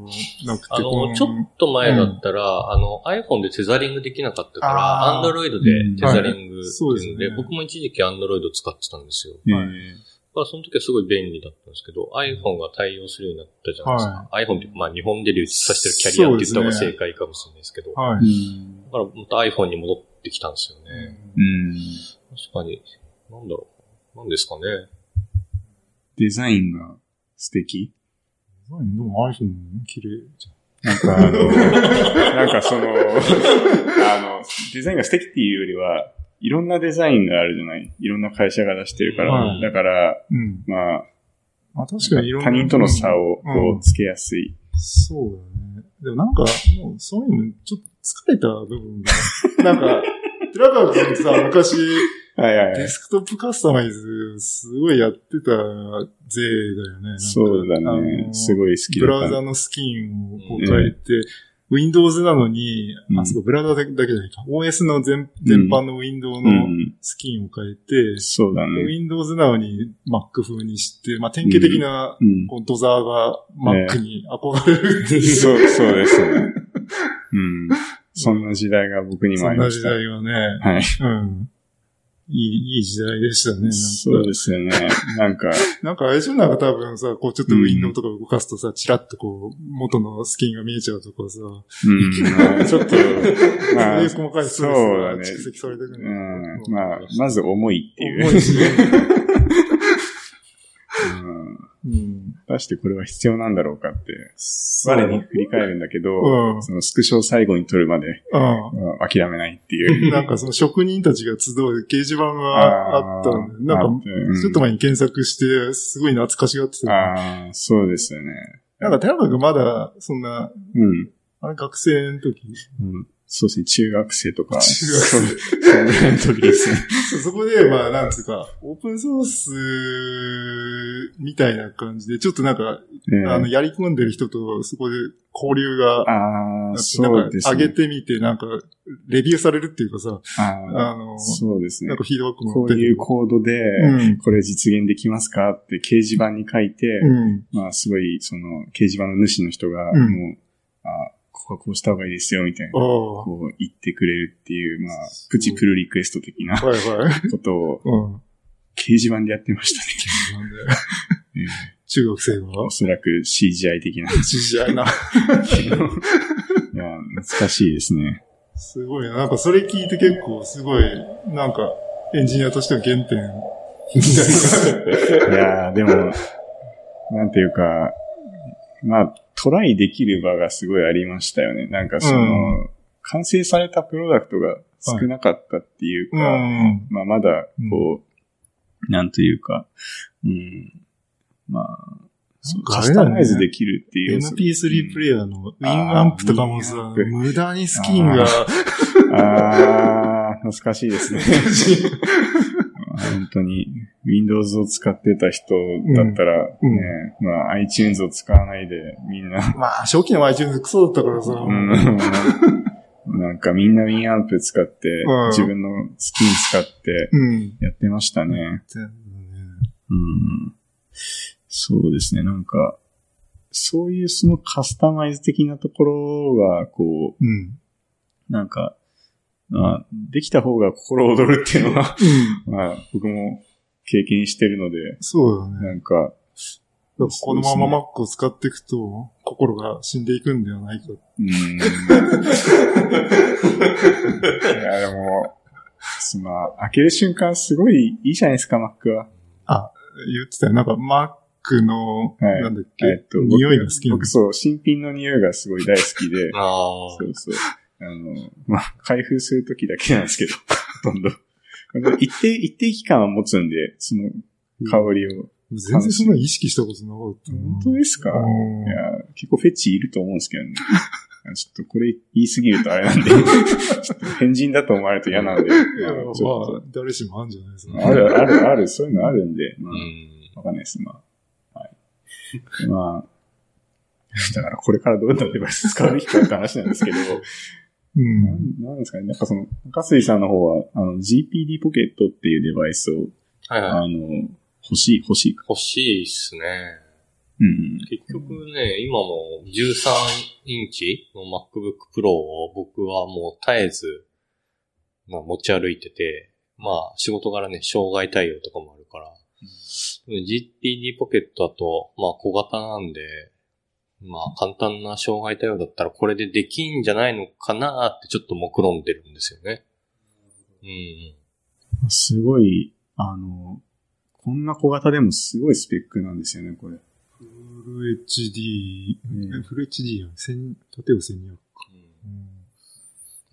S2: なくて、
S3: あ
S2: こ
S3: の、ちょっと前だったら、あの、iPhone でテザリングできなかったから、
S2: あー
S3: Android でテザリング
S2: はい
S3: って
S2: そうです
S3: いうので、
S2: ね
S3: 僕も一時期 Android 使ってたんですよ。
S1: え
S2: は
S1: え
S2: い
S3: まあ、その時はすごい便利だったんですけど、iPhone が対応するようになったじゃないですか。iPhone って、まあ、日本で流通させてるキャリアって言った方が正解かもしれないですけど、
S2: は
S1: う
S2: い。
S1: ん
S3: だからまた iPhone に戻ってきたんですよね。
S1: うん。
S3: 確かに、なんだろう。なんですかね。、
S1: デザインが素敵
S2: でも iPhone 綺麗じ
S1: なんかあの、 <laughs> なんかその、 <laughs> あの、デザインが素敵っていうよりは、いろんなデザインがあるじゃないいろんな会社が出してるから、
S2: はい
S1: だから、
S2: ゃん。うん。
S1: まあ、
S2: まあ確かにいろんな。
S1: 他人との差をこうつけやすい。
S2: そうだね。でもなんか、もうそういうの、ちょっと疲れた部分が。 <laughs> なんか、寺川君さ、
S1: <laughs>
S2: 昔、
S1: はいはいは
S2: デ
S1: い。
S2: スクトップカスタマイズ、すごいやってた税だよね。
S1: そうだね。す
S2: い。
S1: ごい好きだ
S2: ブ
S1: った。
S2: ラウザのスキンをこう変えて、Windows なのに、
S1: うん
S2: あ、そうか、ブラウザだけだけじゃないか。OS の全全般の Windows の
S1: うん。
S2: スキンを変えて、
S1: そうだね。
S2: Windows なのに Mac 風にして、まあ、典型的な、
S1: うん。
S2: こう、ドザーが Mac に憧れるっていう、
S1: そう、そうですね。うん。そんな時代が僕にも
S2: そ
S1: あ
S2: ん
S1: りま
S2: な
S1: し
S2: 時
S1: た。
S2: 代はね、
S1: はい。
S2: うん。いい、いい時代でしたね。なんか
S1: そうですよね。なんか、
S2: なんかあれじゃなんか多分さ、こうちょっと
S1: うん
S2: ウィンドウとか動かすとさ、チラッとこう、元のスキンが見えちゃうとかさ、
S1: うん。ちょっ
S2: <laughs>
S1: と、まあ、
S2: そういう細かいスト
S1: そ
S2: レ
S1: うだね
S2: スが蓄積されてくる
S1: うん
S2: だ
S1: ん。まあ、まず重いっていう。
S2: 重いしね。
S1: うん
S2: うん。
S1: 果たしてこれは必要なんだろうかって、
S2: そう
S1: 我に振り返るんだけど、
S2: うん。
S1: そのスクショを最後に撮るまで、
S2: う
S1: うん諦めないってい
S2: ん。
S1: う。
S2: なんかその職人たちが集う掲示板があったんだよなんか、ちょっと前に検索して、すごい懐かしがって
S1: に。
S2: た。
S1: ああ、そうですよね。
S2: なんか、寺川君まだ、そんな、
S1: うん。
S2: あれ学生の時、
S1: うんそうですね、中学生とか。
S2: 中学生
S1: そうそんぐらいの時ですね。
S2: そうそ
S1: <laughs>
S2: こで、まあ、なんつうか、オープンソースみたいな感じで、ちょっとなんか、
S1: ええ
S2: <laughs> あの、やり込んでる人と、そこで交流が、
S1: あ
S2: な
S1: あ、
S2: ん
S1: そうで
S2: か、
S1: す
S2: 上げ
S1: ね。
S2: てみて、なんか、レビューされるっていうかさ、
S1: あ
S2: あの
S1: あ、、そうです
S2: な
S1: ね
S2: ん。かフィードバック
S1: こ
S2: も
S1: う
S2: 出て
S1: いうコードで、
S2: うん。
S1: これ実現できますかって掲示板に書いて、
S2: うん。
S1: まあ、すごい、その、掲示板の主の人が、
S2: うん
S1: もう、あ、ここはこうした方がいいですよ、みたい
S2: あ
S1: な、
S2: あ、は
S1: こう言ってくれるっていう、まあ
S2: す、ご
S1: プ
S2: い
S1: チプルリクエスト的ない
S2: はい。
S1: ことを
S2: うん。
S1: 掲示板でやってました
S2: なんで、
S1: ね。うん
S2: 中学生
S1: お
S2: は、
S1: そらく CGI 的な。い
S2: 知事やな。
S1: や、懐かしいですね。
S2: すごいな。なんか、それ聞いて結構、すごい、なんか、エンジニアとしての原点、みたいな。
S1: いやーでも、なんていうか、まあ、トライできる場がすごいありましたよね。なんかその、完成されたプロダクトが少なかったっていうか、
S2: うん。
S1: まあ、まだ、こう、なんというか、うん、まあ、そう
S2: なんか
S1: カ
S2: あれ
S1: ス
S2: だ
S1: タ
S2: よね
S1: マイズできるっていう要素。
S2: MP3 プレイヤーのウィンアンプとかもさ
S1: あー、ウィン
S2: 無駄にスキンが
S1: あ、ああ、懐かしいですね。本当に、Windows を使ってた人だったら、ね、
S2: うん
S1: まあ iTunes を使わないで、みんな、
S2: まあ、初期の iTunes クソだったからさ、
S1: うんなんかみんな Winamp 使って、
S2: うん
S1: 自分のスキン使って
S2: うん。
S1: やってましたね。うん、そうですね、なんか、そういうそのカスタマイズ的なところが、こ
S2: うん。うん。
S1: う、なんか、まあ、できた方が心躍るっていうのは、 <laughs> まあ、僕も経験してるので、
S2: そうだよね。
S1: なんか、
S2: だからこのまま Mac を使っていくと、心が死んでいくんではないか。
S1: うーん。いや、でも、その、開ける瞬間すごいいいじゃないですか、Mac は。
S2: 言ってたよ。なんか Mac の、
S1: はい
S2: なんだっけ、
S1: えっと、僕
S2: 匂いが好きなの
S1: 僕。そう、新品の匂いがすごい大好きで
S2: <laughs>
S3: あ
S1: そうそう。あの、まあ、開封するときだけなんですけど、ほとんど。でも一定、一定期間は持つんで、その香りを。
S2: 全然そんなの意識したことなかったな。
S1: 本当ですか
S2: うん
S1: いや、結構フェチいると思うんですけどね。ちょっとこれ言いすぎるとあれなん
S2: <laughs>
S1: で、ちょっと変人だと思われると嫌なんで、
S2: まあ
S1: まあちょっ、
S2: 誰しもあるんじゃないです
S1: と
S2: か。
S1: あるあるある、そういうのあるんで、まあ
S3: うん。
S1: わかんないです、まあ。はい。まあ、だからこれからどういうデバイス使うべきかって話なんですけど、
S2: うん。
S1: なんなんですかね、なんかその、中水さんの方は、あの、GPD ポケットっていうデバイスを、
S3: はいはい。
S1: あの、欲しい、欲しいか。
S3: 欲しいっすね。
S1: うん。
S3: 結局ね、今も13インチの MacBook Pro を僕はもう絶えず、まあ持ち歩いてて、まあ仕事柄ね、障害対応とかもあるから、GPD ポケットだと、まあ小型なんで、まあ簡単な障害対応だったらこれでできんじゃないのかなってちょっと目論んでるんですよね。うん。
S1: すごい、あの、こんな小型でもすごいスペックなんですよね、これ。
S2: フル HD、
S1: うん
S2: フル HD やん。千、縦を1200か。
S3: うん
S2: うん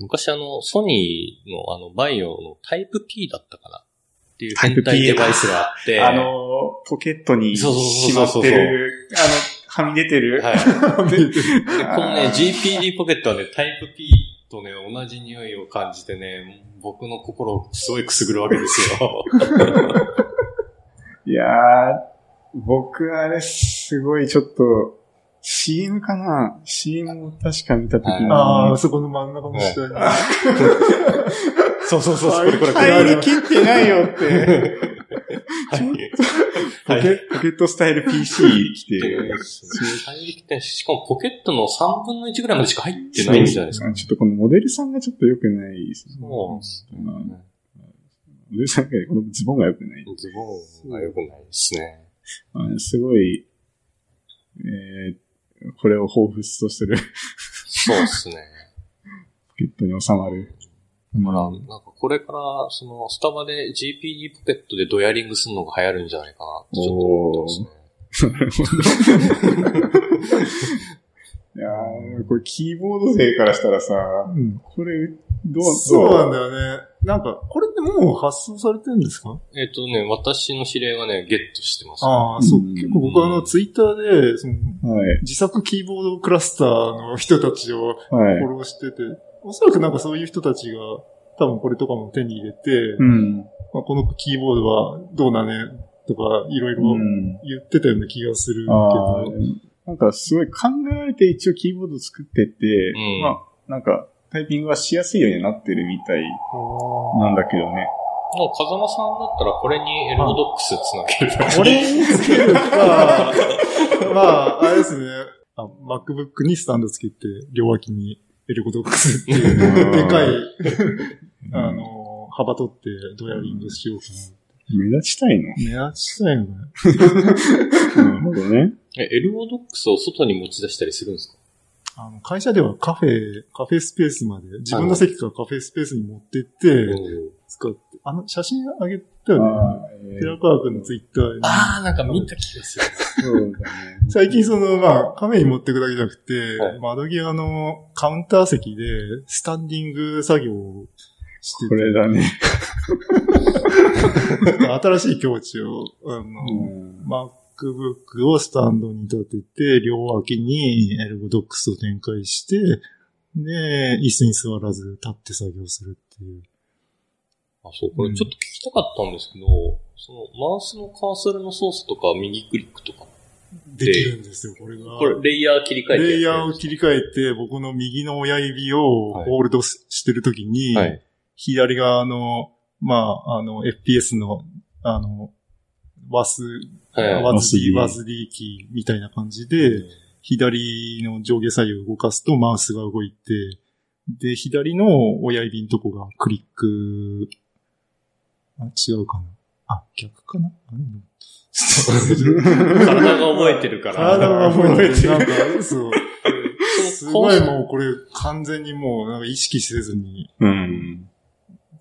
S3: 昔あの、ソニーのあの、バイオのタイプ P だったかなっていう
S1: タイプ
S3: 変
S1: P
S3: 態デバイスが <laughs> あって、
S1: あの、ポケットに
S3: そう
S1: し
S3: そう
S1: ま
S3: そうそうそう
S1: ってる、あの、はみ出てる。
S3: はい。 <laughs>
S1: <laughs>
S3: で、このね、GPD ポケットはね、タイプ P とね、同じ匂いを感じてね、僕の心をすごいくすぐるわけです <laughs> よ。
S1: いやー、僕あれすごいちょっと、CM かな ?CM を確か見たときに。
S2: ああ、そこの真ん中の下に。
S3: <laughs> そうそうそう、これこれこれ。
S1: 入り切ってないよって。ポ
S3: は
S1: ケ
S3: い
S1: ポケットスタイル PC 来て。
S3: 入りきってないし、しかもポケットの3分の1ぐらいまでしか入ってないんじゃないですか。
S1: ちょっとこのモデルさんがちょっと良くないですね。
S3: も
S1: うんモ
S3: ね
S1: デルさんが、このズボンが良くない。
S3: う、ズボンが良くないですね。
S1: あのすごい、えー、これを彷彿とする <laughs>
S3: そうですね。
S1: ポケットに収まる。
S3: だから、なんかこれから、その、スタバで GPD ポケットでドヤリングするのが流行るんじゃないかなってちょっと思ってますね。
S1: いやーこれキーボード勢からしたらさ、
S2: うん
S1: これ、どう、ど
S2: そうなんだ
S1: よ。
S2: よね。なんか、これってもう発送されてるんですか
S3: えっ、とね、私の知り合いがね、ゲットしてます。
S2: ああ、そうう。
S1: ん
S2: 結構僕はあの、ツイッターで、その、
S1: はい。
S2: 自作キーボードクラスターの人たちをフ
S1: は
S2: ォ
S1: い。
S2: ローしてて、おそらくなんかそういう人たちが、多分これとかも手に入れて、
S1: うん。
S2: まあ、このキーボードはどうだね、とか、いろいろ
S1: うん。
S2: 言ってたような気がするけ
S1: ああ
S2: ど、
S1: なんかすごい考えられて一応キーボード作ってて、
S3: うん
S1: まあ、なんかタイピングはしやすいようになってるみたい
S2: こ
S1: なんだけどね。
S3: もう、風間さんだったらこれにエルゴドックスつなげる。
S2: れ
S1: <laughs>
S2: につ <laughs> けるか、まあ、あれですね、あ MacBook にスタンドつけて、両脇にエルゴドックスっていう、でかい、あの、幅取ってドヤリングしようか
S1: 目立ちたいの。
S2: な。目立ちたいよね。
S1: なるほどね。
S3: <laughs> え、エルゴドックスを外に持ち出したりするんですか
S2: あの、会社ではカフェ、カフェスペースまで、自分の席からカフェスペースに持ってって、使って、あの、写真あげたよね。
S1: あーえ
S2: 寺
S1: ー
S2: 川くんのツイッターに。
S3: ああ、なんか見た気がする。
S1: そうだね。
S2: 最近その、まあ、カフェに持ってくだけじゃなくて、
S3: はい
S2: 窓際のカウンター席で、スタンディング作業をして
S1: これだね。
S2: て、新しい境地を、あの、
S1: うん
S2: MacBook をスタンドに立てて、両脇にエルゴドックスを展開して、で、椅子に座らず立って作業するっていう。
S3: あ、そう、これちょっと聞きたかったんですけど、その、マウスのカーソルの操作とか右クリックとか、
S2: できるんですよ、これが。
S3: これレイヤー切り替えてやってる
S2: レイヤーを切り替えて、僕の右の親指を
S3: はい
S2: ホールドししてるときに、
S3: はい。
S2: 左側の、まあ、あの、FPS の、あの、ワス、
S3: はい。
S2: ワズ D、
S1: WASD
S2: ワズ D キーみたいな感じで、左の上下左右を動かすとマウスが動いて、で、左の親指のとこがクリック、あ、違うかな。あ、逆か <laughs> なあれ
S3: 体が覚えてるから。
S2: 体が覚えて
S1: 覚
S2: る。なんか、そう。す
S3: その
S2: ごい
S3: 交渉
S2: もうこれ完全にもうなんか意識せずに
S1: うん。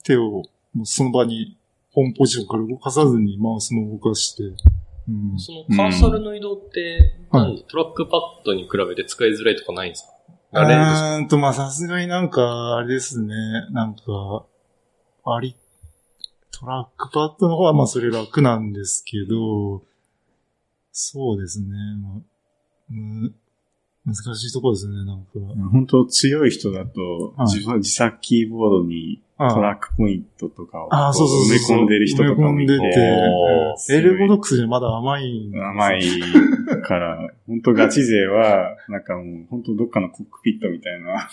S2: 手をもうその場に本ポジションから動かさずにマウスも動かして。うん、
S3: そのカーソルの移動って、
S2: うん
S3: なんだトラックパッドに比べて使いづらいとかないんですかあれです
S2: あーんと、まあさすがになんか、あれですね。なんか、あり、トラックパッドの方はまあそれ楽なんですけど、そうですね。まあうん難しいところですね、なんか。
S1: 本当強い人だと、
S2: はい
S1: 自分自作キーボードにト
S2: あ
S1: ラックポイントとかを
S2: あ、そうそうそうそう。
S1: 埋め込んでる人とかもいて
S2: 埋め込んでて。
S1: おーすごい
S2: エルボドックスじゃまだ甘いんですよ。 <laughs>
S1: 甘いから、本当ガチ勢は、なんかもう本当どっかのコックピットみたい
S2: <laughs>
S1: な、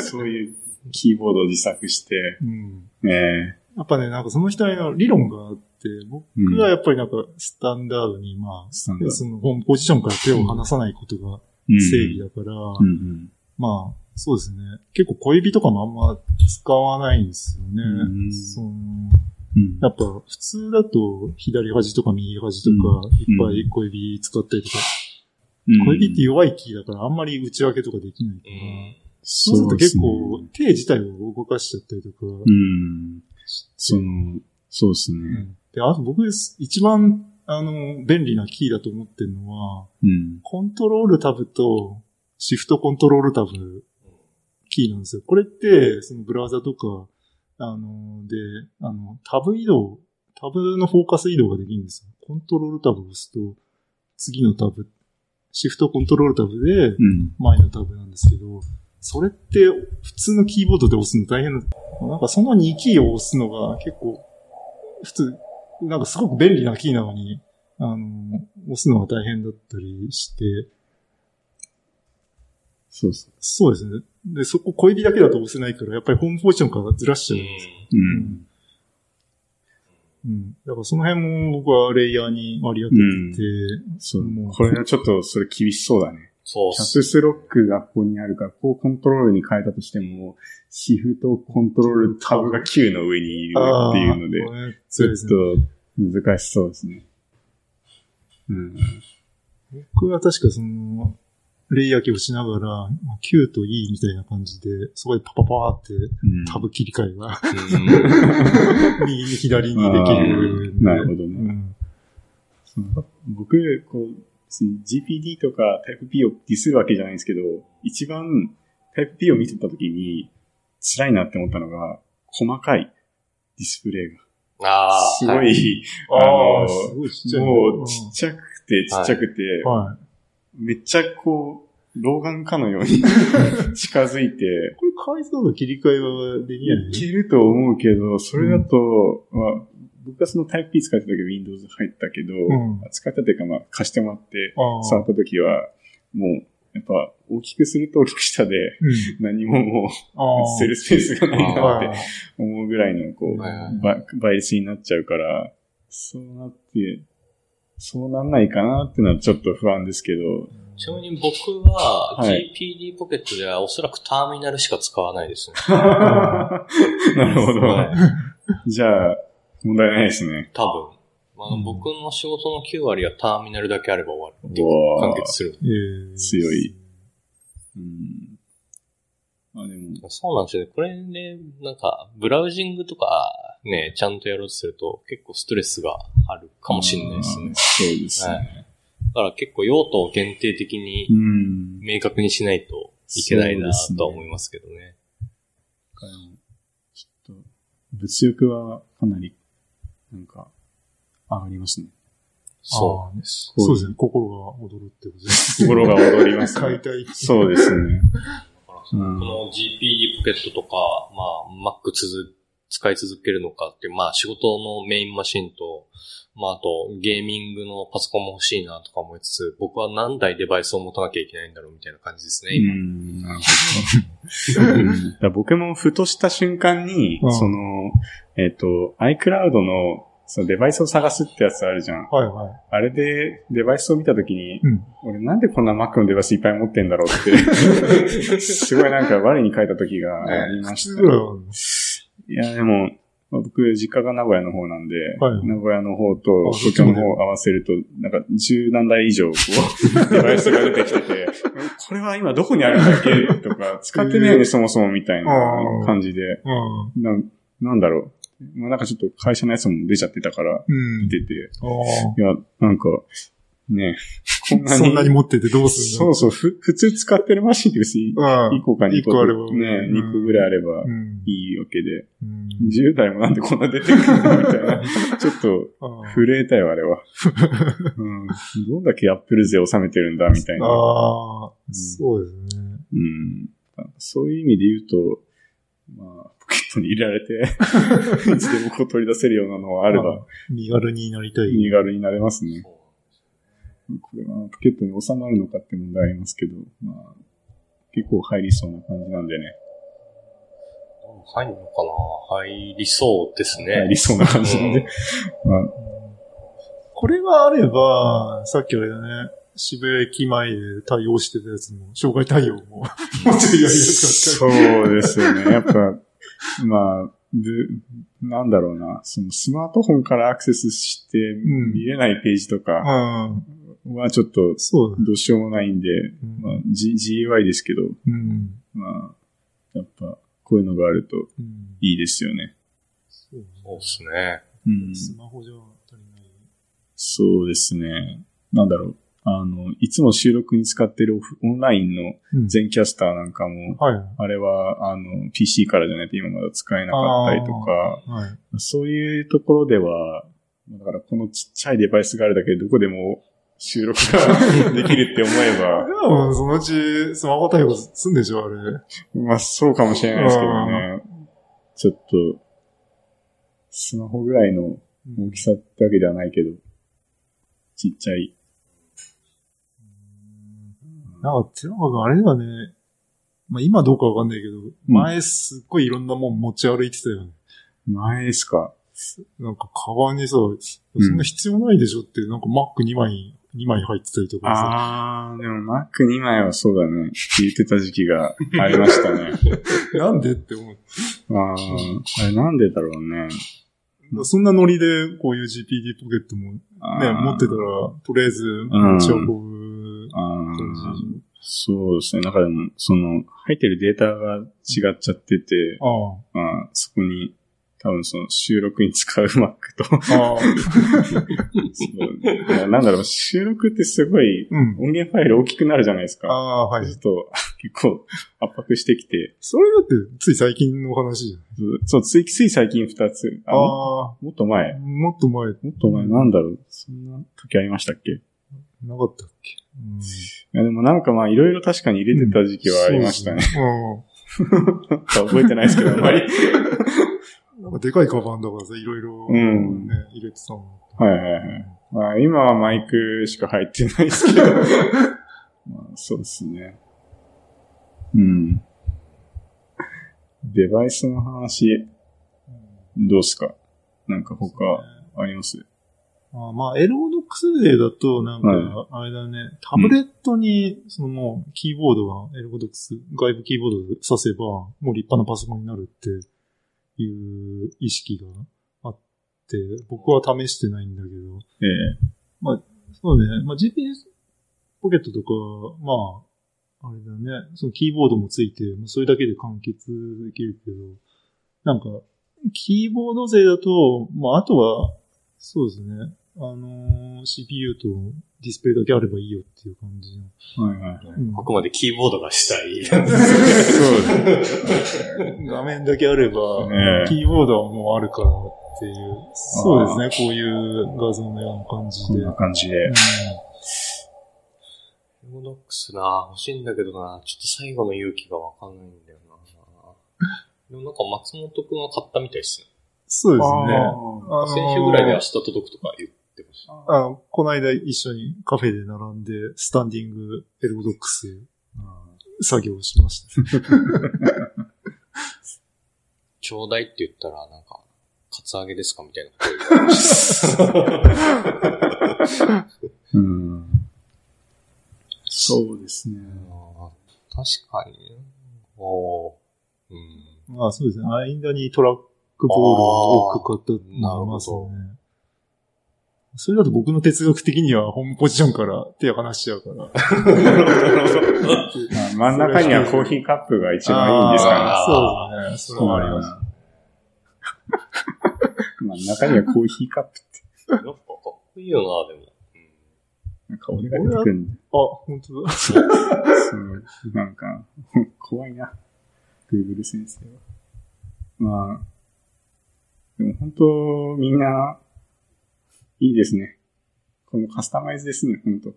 S1: そういうキーボードを自作して、
S2: うん。
S1: ね
S2: やっぱね、なんかその人なりの理論があって、僕はやっぱりなんかスタンダードに、ま
S1: スタンダー
S2: あ、
S1: ド
S2: そのホームポジションから手を離さないことが
S1: え
S2: 正義だから、
S1: うんうん
S2: まあ、そうですね。結構小指とかもあんま使わないんですよね。
S1: うん
S2: その
S1: うん
S2: やっぱ普通だと左端とか右端とかいっぱい小指使ったりとか、
S1: うん
S2: 小指って弱いキーだからあんまり内訳とかできないから、そう
S1: そ
S2: する
S1: う
S2: と
S1: です
S2: 結
S1: ね
S2: 構手自体を動かしちゃったりとか、
S1: うん。その、そうです
S2: う
S1: ね。
S2: んで、あと僕一番あの便利なキーだと思ってるのは、
S1: うん。
S2: コントロールタブとシフトコントロールタブキーなんですよ。これって、そのブラウザとか、あの、で、あの、タブ移動、タブのフォーカス移動ができるんですよ。コントロールタブを押すと、次のタブ、シフトコントロールタブで
S1: うん。
S2: 前のタブなんですけど、それって普通のキーボードで押すの大変な、なんかその2キーを押すのが結構、普通、なんかすごく便利なキーなのに、あの、押すのが大変だったりして、
S1: そうですね。
S2: そうですね。で、そこ小指だけだと押せないから、やっぱりホームポジションからずらしちゃう。
S1: うん。
S2: うん。だからその辺も僕はレイヤーに割り当ててて、
S1: そう
S2: も。う
S1: これはちょっと、それ厳しそうだね。
S3: そうっ
S1: キャススロックがここにあるから、こうコントロールに変えたとしても、シフトコントロールタブが9の上にいるっていうので、
S2: あーこれ
S1: ち
S2: そう
S1: ょ
S2: で
S1: っ
S2: すね。
S1: と難しそうですね。うん。
S2: 僕は確かその、レイヤーキーをしながら、まあ Q と E みたいな感じで、そこでパパパーって
S1: うん
S2: タブ切り替えが <laughs>
S3: うん
S2: 右に左にできる。
S1: なるほどね。
S2: うん。
S1: 僕、こう、別に GPD とか Type-P をディスるわけじゃないんですけど、一番 Type-P を見てた時に辛いなって思ったのが、細かいディスプレイが。
S3: ああ。
S1: すご
S3: はい。
S1: い、
S2: あ
S1: あの
S2: あ、すごいちっちゃいね。
S1: も
S2: ん
S1: うちっちゃくてちっちゃくて、
S2: はい。
S1: めっちゃこう、老眼かのように <laughs> 近づいて、
S2: これ解像度切り替えはできない
S1: いけると思うけど、それだと、まあ、僕はその Type-P 使ってた時 Windows 入ったけど、
S2: うん
S1: 使ったというかまあ貸してもらって、
S2: ああ。
S1: 触った時は、もう、やっぱ、大きくすると大きくしたで、
S2: うん。
S1: 何ももう、
S2: ああ。
S1: 捨てるスペースがないなっ
S2: は
S1: て
S2: い。
S1: 思うぐらいの、こ
S3: はいは
S1: う、ば倍率になっちゃうから、そうなって、そうなんないかなってのはちょっと不安です
S3: <laughs>
S1: けど、
S3: ちなみに僕は
S1: は
S3: GPD ポケットではおそらくターミナルしか使わないですね。
S1: なるほど。
S3: はい
S1: じゃあ、問題ないですね。
S3: 多分。まあ
S2: うん
S3: 僕の仕事の9割はターミナルだけあれば終わるっていう
S1: うわ
S3: 完
S1: ー
S3: 結する。
S2: えー
S1: 強い。うん。まあでも、
S3: そうなんですよね。これね、なんか、ブラウジングとかね、ちゃんとやろうとすると結構ストレスがあるかもしれないですね
S1: あー。そうです
S3: は
S1: ね。
S3: い。だから結構用途を限定的に
S1: うん。
S3: 明確にしないといけない
S1: そう
S3: な
S1: ですね
S3: とは思いますけどね。
S1: かでもちょっと、物欲はかなり、なんか、上がりますね。
S3: そう
S2: ですそうですね。心が躍るってことです。
S1: 心が踊ります
S2: 解
S1: ね。
S2: 体。
S1: そうですね。
S3: う。だから
S1: う
S3: こ
S1: ん。
S3: の GPD ポケットとか、まあ、Mac 続使い続けるのかって、まあ、仕事のメインマシンと、まあ、あと、ゲーミングのパソコンも欲しいなとか思いつつ、僕は何台デバイスを持たなきゃいけないんだろうみたいな感じですね、今。
S1: うん、なるほど。うんだから僕もふとした瞬間に、
S2: うん
S1: その、えっ、と、iCloud の、そのデバイスを探すってやつあるじゃん。
S2: はいはい。
S1: あれでデバイスを見たときに、
S2: うん。
S1: 俺なんでこんな Mac のデバイスいっぱい持ってんだろう
S2: <laughs>
S1: って、すごいなんか我に返った時がありましたね
S2: 普通ぐらいはあるんです
S1: いや、でも、まあ僕、実家が名古屋の方なんで、
S2: はい
S1: 名古屋の方と
S2: あそっ
S1: 東
S2: ち
S1: 京
S2: もね
S1: の方を合わせると、なんか、十何台以上、こ
S2: <laughs>
S1: う、デバイスが出てきてて、これは今どこにあるんだっけとか、使ってないよね、そもそもみたいな感じで、
S2: うん
S1: なんなんだろう。まあ、なんかちょっと会社のやつも出ちゃってたから、
S2: うん。
S1: 出て、
S2: ああ。
S1: いや、なんか、ねこんなに。
S2: <laughs> そんなに持っててどうする
S1: そうそう、ふ、普通使ってるマシンって別に
S2: のうん
S1: 1個か2個。
S2: 一個あれば
S1: ね、
S2: うん
S1: 2個ぐらいあれば
S2: うん。
S1: いいわけで。
S2: うん
S1: 10代もなんでこんな出てくるのみたい
S2: <laughs>
S1: な。ちょっと、
S2: あー
S1: 震えたよ、あれは。うん。どんだけアップル勢を収めてるんだ、みたいな。
S2: あー、
S1: ん
S2: そうですね。
S1: うん。そういう意味で言うと、まあ、ポケットに入れられて、
S2: <laughs>
S1: いつでもこう取り出せるようなのはあれ
S2: ま
S1: ば、
S2: 身軽になりたい。
S1: 身軽になれますね。
S3: そう
S1: これはポケットに収まるのかって問題ありますけど、まあ、結構入りそうな感じなんでね。
S3: 入るのかな入りそうですね。
S1: 入りそうな感じなんで。まあ、
S2: これがあれば、さっきあれだね、渋谷駅前で対応してたやつも、障害対応 <laughs> も、もうちょいやりやすか
S1: そ
S2: った。
S1: うですよね。やっぱ、まあ、ぶなんだろうな、そのスマートフォンからアクセスして
S2: ん
S1: 見れないページとか
S2: うん。
S1: はちょっと
S2: そうだね。
S1: どうしようもないんで、
S2: うん
S1: まあ、G、GUI ですけど、
S2: うん。
S1: まあ、やっぱ、こういうのがあると
S2: うん
S1: いいですよね。
S2: そうね
S3: そうですね。
S1: うん
S2: スマホじゃ足りない。
S1: そうですね。なんだろう。あの、いつも収録に使ってるオフオンラインの
S2: うん
S1: 全キャスターなんかも、
S2: はい。
S1: あれは、あの、PC からじゃないと今まだ使えなかったりとか、
S2: はい。
S1: そういうところでは、だからこのちっちゃいデバイスがあるだけでどこでも収録ができるって思えば、 <laughs>
S2: うん、そのうちスマホ対応すんでしょ、あれ。
S1: まあそうかもしれないですけどね。ちょっと、スマホぐらいの大きさってわけではないけど、ちっちゃい。
S2: なんか、寺川君あれだね。まあ今どうかわかんないけど、前すっごいいろんなもん持ち歩いてたよね。
S1: 前ですか。
S2: なんか、カバンにさ、そんな必要ないでしょって、なんか Mac2 枚、2枚入ってたりとかさ。
S1: あー、でも Mac2 枚はそうだね。言ってた時期がありました <laughs> ね。
S2: なんでって思っ
S1: あー、あれなんでだろうね。
S2: た。そんなノリで、こういう GPD ポケットもね、
S1: あー
S2: 持ってたら、とりあえず、持ち運ぶ
S1: あー
S2: 感じ。
S1: そうですね。なんかでも、その、入ってるデータが違っちゃってて、
S2: ああ。
S1: まあ、そこに、多分その収録に使う Mac と、 <laughs>
S2: ああ。
S1: そういやなんだろう、収録ってすごい
S2: うん。
S1: 音源ファイル大きくなるじゃないです
S2: あ
S1: か。
S2: あ、はい
S1: そうす。ると、 <laughs> 結構圧迫してきて、
S2: それだって、つい最近の話じゃん。
S1: そう、ついつい最近2つ、あも
S2: あ
S1: もっと前
S2: あ、。もっと前、
S1: もっと前なんだろう、そんな時ありましたっけい
S2: なかったっけ。うん。
S1: やでもなんかまあいろいろ確かに入れてた時期はありましたね。
S2: そう
S1: なんか覚えてない <laughs> ですけど、あんまり。
S2: そう。うん。なんかでかいカバンだからさ、いろいろ、
S1: う
S2: ね、
S1: ん
S2: 入れてたの。
S1: はいはいはい。まあ今はマイクしか入ってないですけど。 <laughs> まあそうですね。うん。デバイスの話、どうっすかなんか他あります
S2: あーまあ、エロードックスデーだと、なんか、あれだね、タブレットに、そのもう、キーボードは、エロードックス、外部キーボードで挿せば、もう立派なパソコンになるっていう意識があって、僕は試してないんだけど、
S1: ええ
S2: そうね、まあ、GPS ポケットとか、まあ、あれだね、そのキーボードもついて、もうそれだけで完結できるけど、なんか、キーボード勢だと、まあ、あとは、そうですね、あのー CPU とディスプレイだけあればいいよっていう感じの。
S1: はいはいはい。
S2: うん
S3: ここまでキーボードがしたい。
S1: そうです
S2: 画面だけあれば、
S1: ねえ
S2: キーボードはもうあるからっていう、そうですね、こういう画像のような感じ
S1: こ
S2: で。
S1: んな感じで。
S3: エロドックスな、欲しいんだけどな、ちょっと最後の勇気がわかんないんだよな。でもなんか松本くんは買ったみたいですね。
S2: そうですね。
S1: あ
S2: あのー
S3: 先週ぐらいで明日届くとか言ってました。
S2: あの、この間一緒にカフェで並んで、スタンディングエルゴドックス作業をしました。
S1: <laughs>
S3: ちょうだいって言ったら、なんか、カツアゲですかみたいなこ
S1: ーうん。そうですね。
S3: と。確かに。おーうん。
S2: まあそうですね。間にトラックボールを置く方になります
S3: あー
S2: ね。それだと僕の哲学的にはホームポジションから手を離しちゃうから。 <laughs>
S1: まあ、真ん中にはコーヒーカップが一番いいんですかね。
S2: あーそうですね。それはあります。
S1: <laughs> まあ、中にはコーヒーカップって。
S3: やっぱかっこいいよな、でも。うん
S1: なんか俺が出てくるんだ。
S2: 本当だ。
S1: そう、なんか、怖いな。Google 先生は。まあ、でも本当、みんな、いいですね。このカスタマイズですね、本当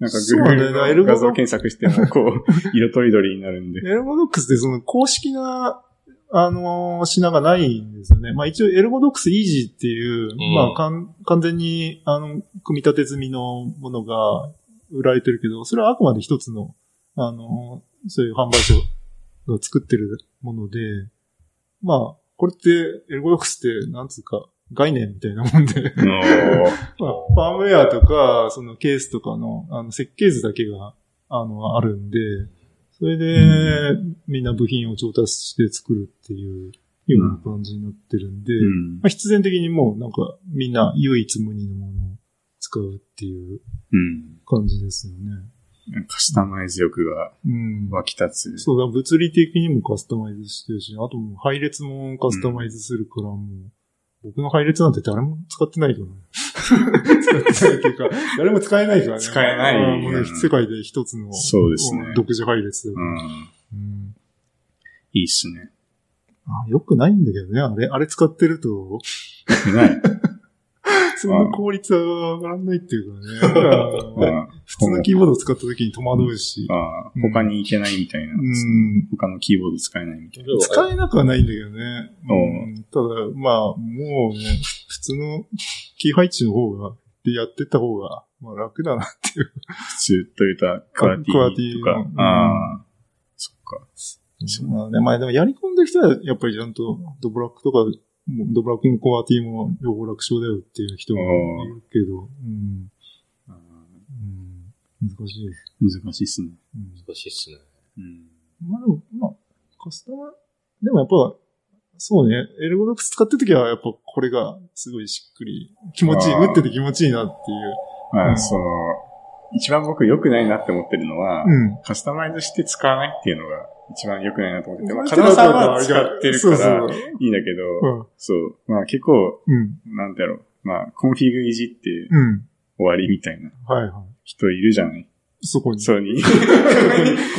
S1: なんか
S2: そうなんだよな
S1: Google の画像検索しても、こう、色とりどりになるんで。
S2: エルゴドックスってその公式な、あのー品がないんですよね。まあ一応エルゴドックスイージーっていう、
S3: ん
S2: まあかん完全に、あの、組み立て済みのものが売られてるけど、それはあくまで一つの、あのーそういう販売所が作ってるもので、まあ、これって、エルゴドックスって、なんつうか、概念みたいなもんで、
S1: おー
S2: まあ、ファームウェアとか、そのケースとかの、あの、設計図だけが、あの、あるんで、それで、みんな部品を調達して作るっていうような感じになってるんで、
S1: うん
S2: まあ、必然的にもうなんか、みんな唯一無二のものを使うっていう
S1: うん。
S2: 感じですよね。
S1: カスタマイズ欲が
S2: うん。
S1: 湧き立つ。
S2: そうだ、物理的にもカスタマイズしてるし、あともう配列もカスタマイズするから、もう、僕の配列なんて誰も使ってないからね。使ってないっていうか、誰も使えないからね。
S1: 使えない
S2: うんもうね世界で一つの、
S1: そうですね
S2: ん独自配列だか
S1: う
S2: ら、
S1: ん。
S2: うん
S1: いいっすね。
S2: あ。よくないんだけどね、あれ、あれ使ってると、
S1: ない。
S2: そんな効率は上がらないっていうかね。あの
S1: あ
S2: <laughs> 普通のキーボードを使った時に戸惑うし、
S1: あ他に行けないみたいな。
S2: うん、
S1: 他のキーボード使えないみたいな。
S2: 使えなくはないんだけどね。うん、ただ、まあ、もうね、普通のキー配置の方が、でやってった方が、まあ楽だな。
S1: 普通というたクワティ
S2: クワティ
S1: と
S2: の
S1: か。
S2: うん
S1: ああ、そっか。
S2: まあね、まあでもやり込んでる人は、やっぱりちゃんとドブラックとか、もうドブラックもコアティも両方楽勝だよっていう人もいるけど、うん、
S1: あ
S2: うん、難しいです。
S1: ー難しいっすね。
S2: うん
S3: 難しいっすね。
S1: うん。
S2: まあでも、まあ、カスタマー、でもやっぱ、そうね、エルゴドックス使ってるときは、やっぱこれがすごいしっくり、気持ちいい、
S1: あー
S2: 打ってて気持ちいいなっていう。
S1: ま
S2: う
S1: あ、
S2: ん
S1: その、一番僕良くないなって思ってるのは、
S2: うん。
S1: カスタマイズして使わないっていうのが一番良くないなと思ってて、まあ、
S2: 打
S1: カナさんは使ってるか
S2: そう
S1: ら
S2: そう。
S1: いいんだけど、そう、まあ結構、
S2: うん。
S1: なんだろう、まあ、コンフィグいじって
S2: うん。
S1: 終わりみたいな
S2: はいは
S1: 人いるじゃない
S2: い。そこに。
S1: そう
S2: <laughs>
S1: に。
S2: こ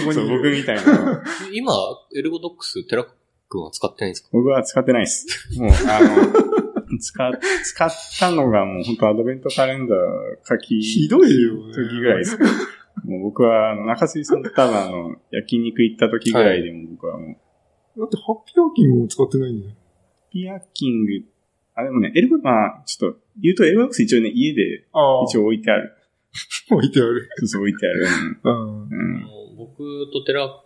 S2: に
S1: そう、僕みたいな。
S3: <laughs> 今、エルゴドックス、テラ君は使ってないんですか
S1: 僕は使ってないです。
S2: <laughs>
S1: もう、あの、使、使ったのがもう本当アドベントカレンダー書き、
S2: ひどいよね
S1: 時ぐらいですか。もう僕は、あの中水さんと多分あの、焼肉行った時ぐらいでも僕はもう、
S2: だって、ハッピーワーキングも使ってないんだよ。
S1: ピアキング、あ、でもね、エルゴ、まあ、ちょっと、言うとエルゴックス一応ね、家で
S2: ああ。
S1: 一応置いてある。
S2: 応置いてある。
S1: そうそう、置いてある。
S2: うん。
S1: うん。うん
S3: 僕と寺、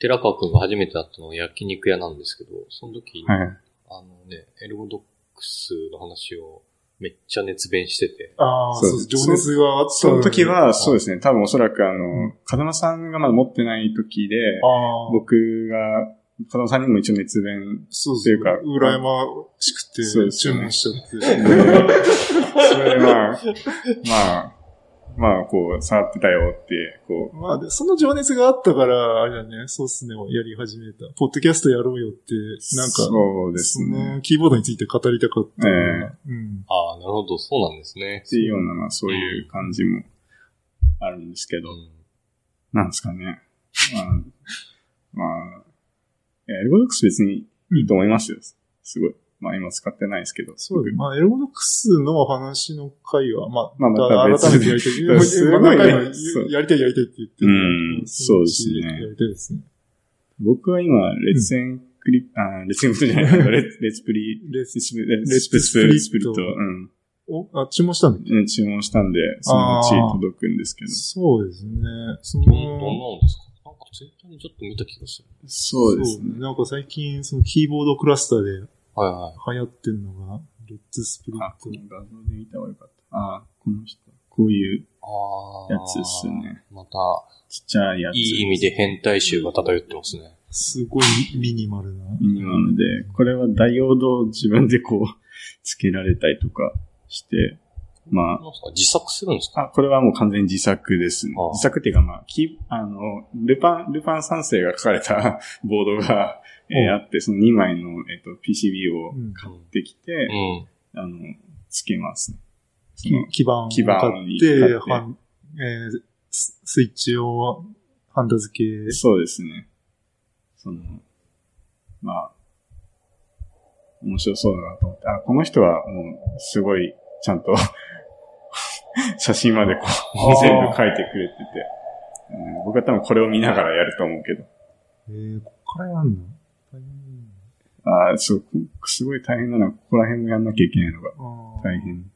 S3: 寺川くんが初めて会ったのは焼肉屋なんですけど、その時に、
S1: はい。
S3: あのね、エルゴドックスの話をめっちゃ熱弁してて、
S2: ああ、
S1: そう
S2: そう、情熱があった。
S1: その時、は、そうですね、多分おそらくあの、風間さんがまだ持ってない時で、
S2: ああ、
S1: 僕が、風間さんにも一応熱弁
S2: そう
S1: っていうか
S2: 羨ましくて、
S1: そうです
S2: 注
S1: よね
S2: 文しちゃって。
S1: それでまあ、まあ、まあ、こう、触ってたよって、こ
S2: まあで、その情熱があったから、あれだね、そうっすねをやり始めた。ポッドキャストやろうよって、
S1: う、
S2: なんか、
S1: そうですね。
S2: そのキーボードについて語りたかったような、うん。
S3: ああ、なるほど、そうなんですね
S1: っ。ていうような、まあ、そういう感じもあるんですけ
S3: う
S1: ど、
S3: ん
S1: なんですかね。まあ、まあ、いやエルゴドックス別にいいと思いますよ。すごい。まあ、今使ってないですけど。
S2: そうです。まあ、エロドックスの話の回は、まあ、
S1: まあまた別
S2: 改めてやりたい。
S1: ですごいね
S2: <laughs> まあ中に
S1: そう
S2: やりたいやりたいって言ってる
S1: うんそうですね
S2: やりたいですね。
S1: 僕は今、列戦クリップ、あ、列戦クリップ <laughs> じゃない、列列プリ、
S2: レス
S1: レスプレスプスプリスプリット、うん
S2: お、あ、注文したんだっけ
S1: うん。注文したんで、そのうち届くんですけど。
S2: そうですね。そ
S3: どんどん
S2: の、
S3: なのですかなんかツイッターにちょっと見た気がする。
S1: そうですね。
S2: なんか最近、そのキーボードクラスターで
S3: はいはい。
S2: 流行ってるのが、レッツスプリッ
S1: あ、こ。
S2: ト
S1: の画像で見た方がよかった。あ、この人。こういう
S3: ああ。
S1: やつっすね。
S3: また、
S1: ちっちゃいやつ。
S3: いい意味で変態臭が漂ってますね。
S2: すごいミニマルな。
S1: ミニマムで、これはダイオードを自分でこう、つけられたりとかして、ま
S3: なんすか自作するんですか
S1: あ、あ、これはもう完全に自作ですね
S3: ああ。
S1: 自作っていうかまあ、き、あの、ルパン、ルパン三世が書かれた <laughs> ボードが、えーあって、その2枚の、えっと、PCB を
S2: うん
S1: 買ってきて、
S3: うん。
S1: あの、つけますね。そ
S2: き
S1: の
S2: 基盤を
S1: 基盤
S2: 買
S1: を
S2: っ
S1: 買って
S2: て、はんえーススイッチをハンダ付け。
S1: そうですね。その、まあ、面白そうだなと思って、あ、この人はもう、すごい、ちゃんと、 <laughs> 写真までこ
S2: あー
S1: う、全部描いてくれてて、うん、僕は多分これを見ながらやると思うけど、
S2: えー、ここからやんの
S1: あーそう、すごい大変なのは、ここら辺もやんなきゃいけないのが
S2: あー
S1: 大変。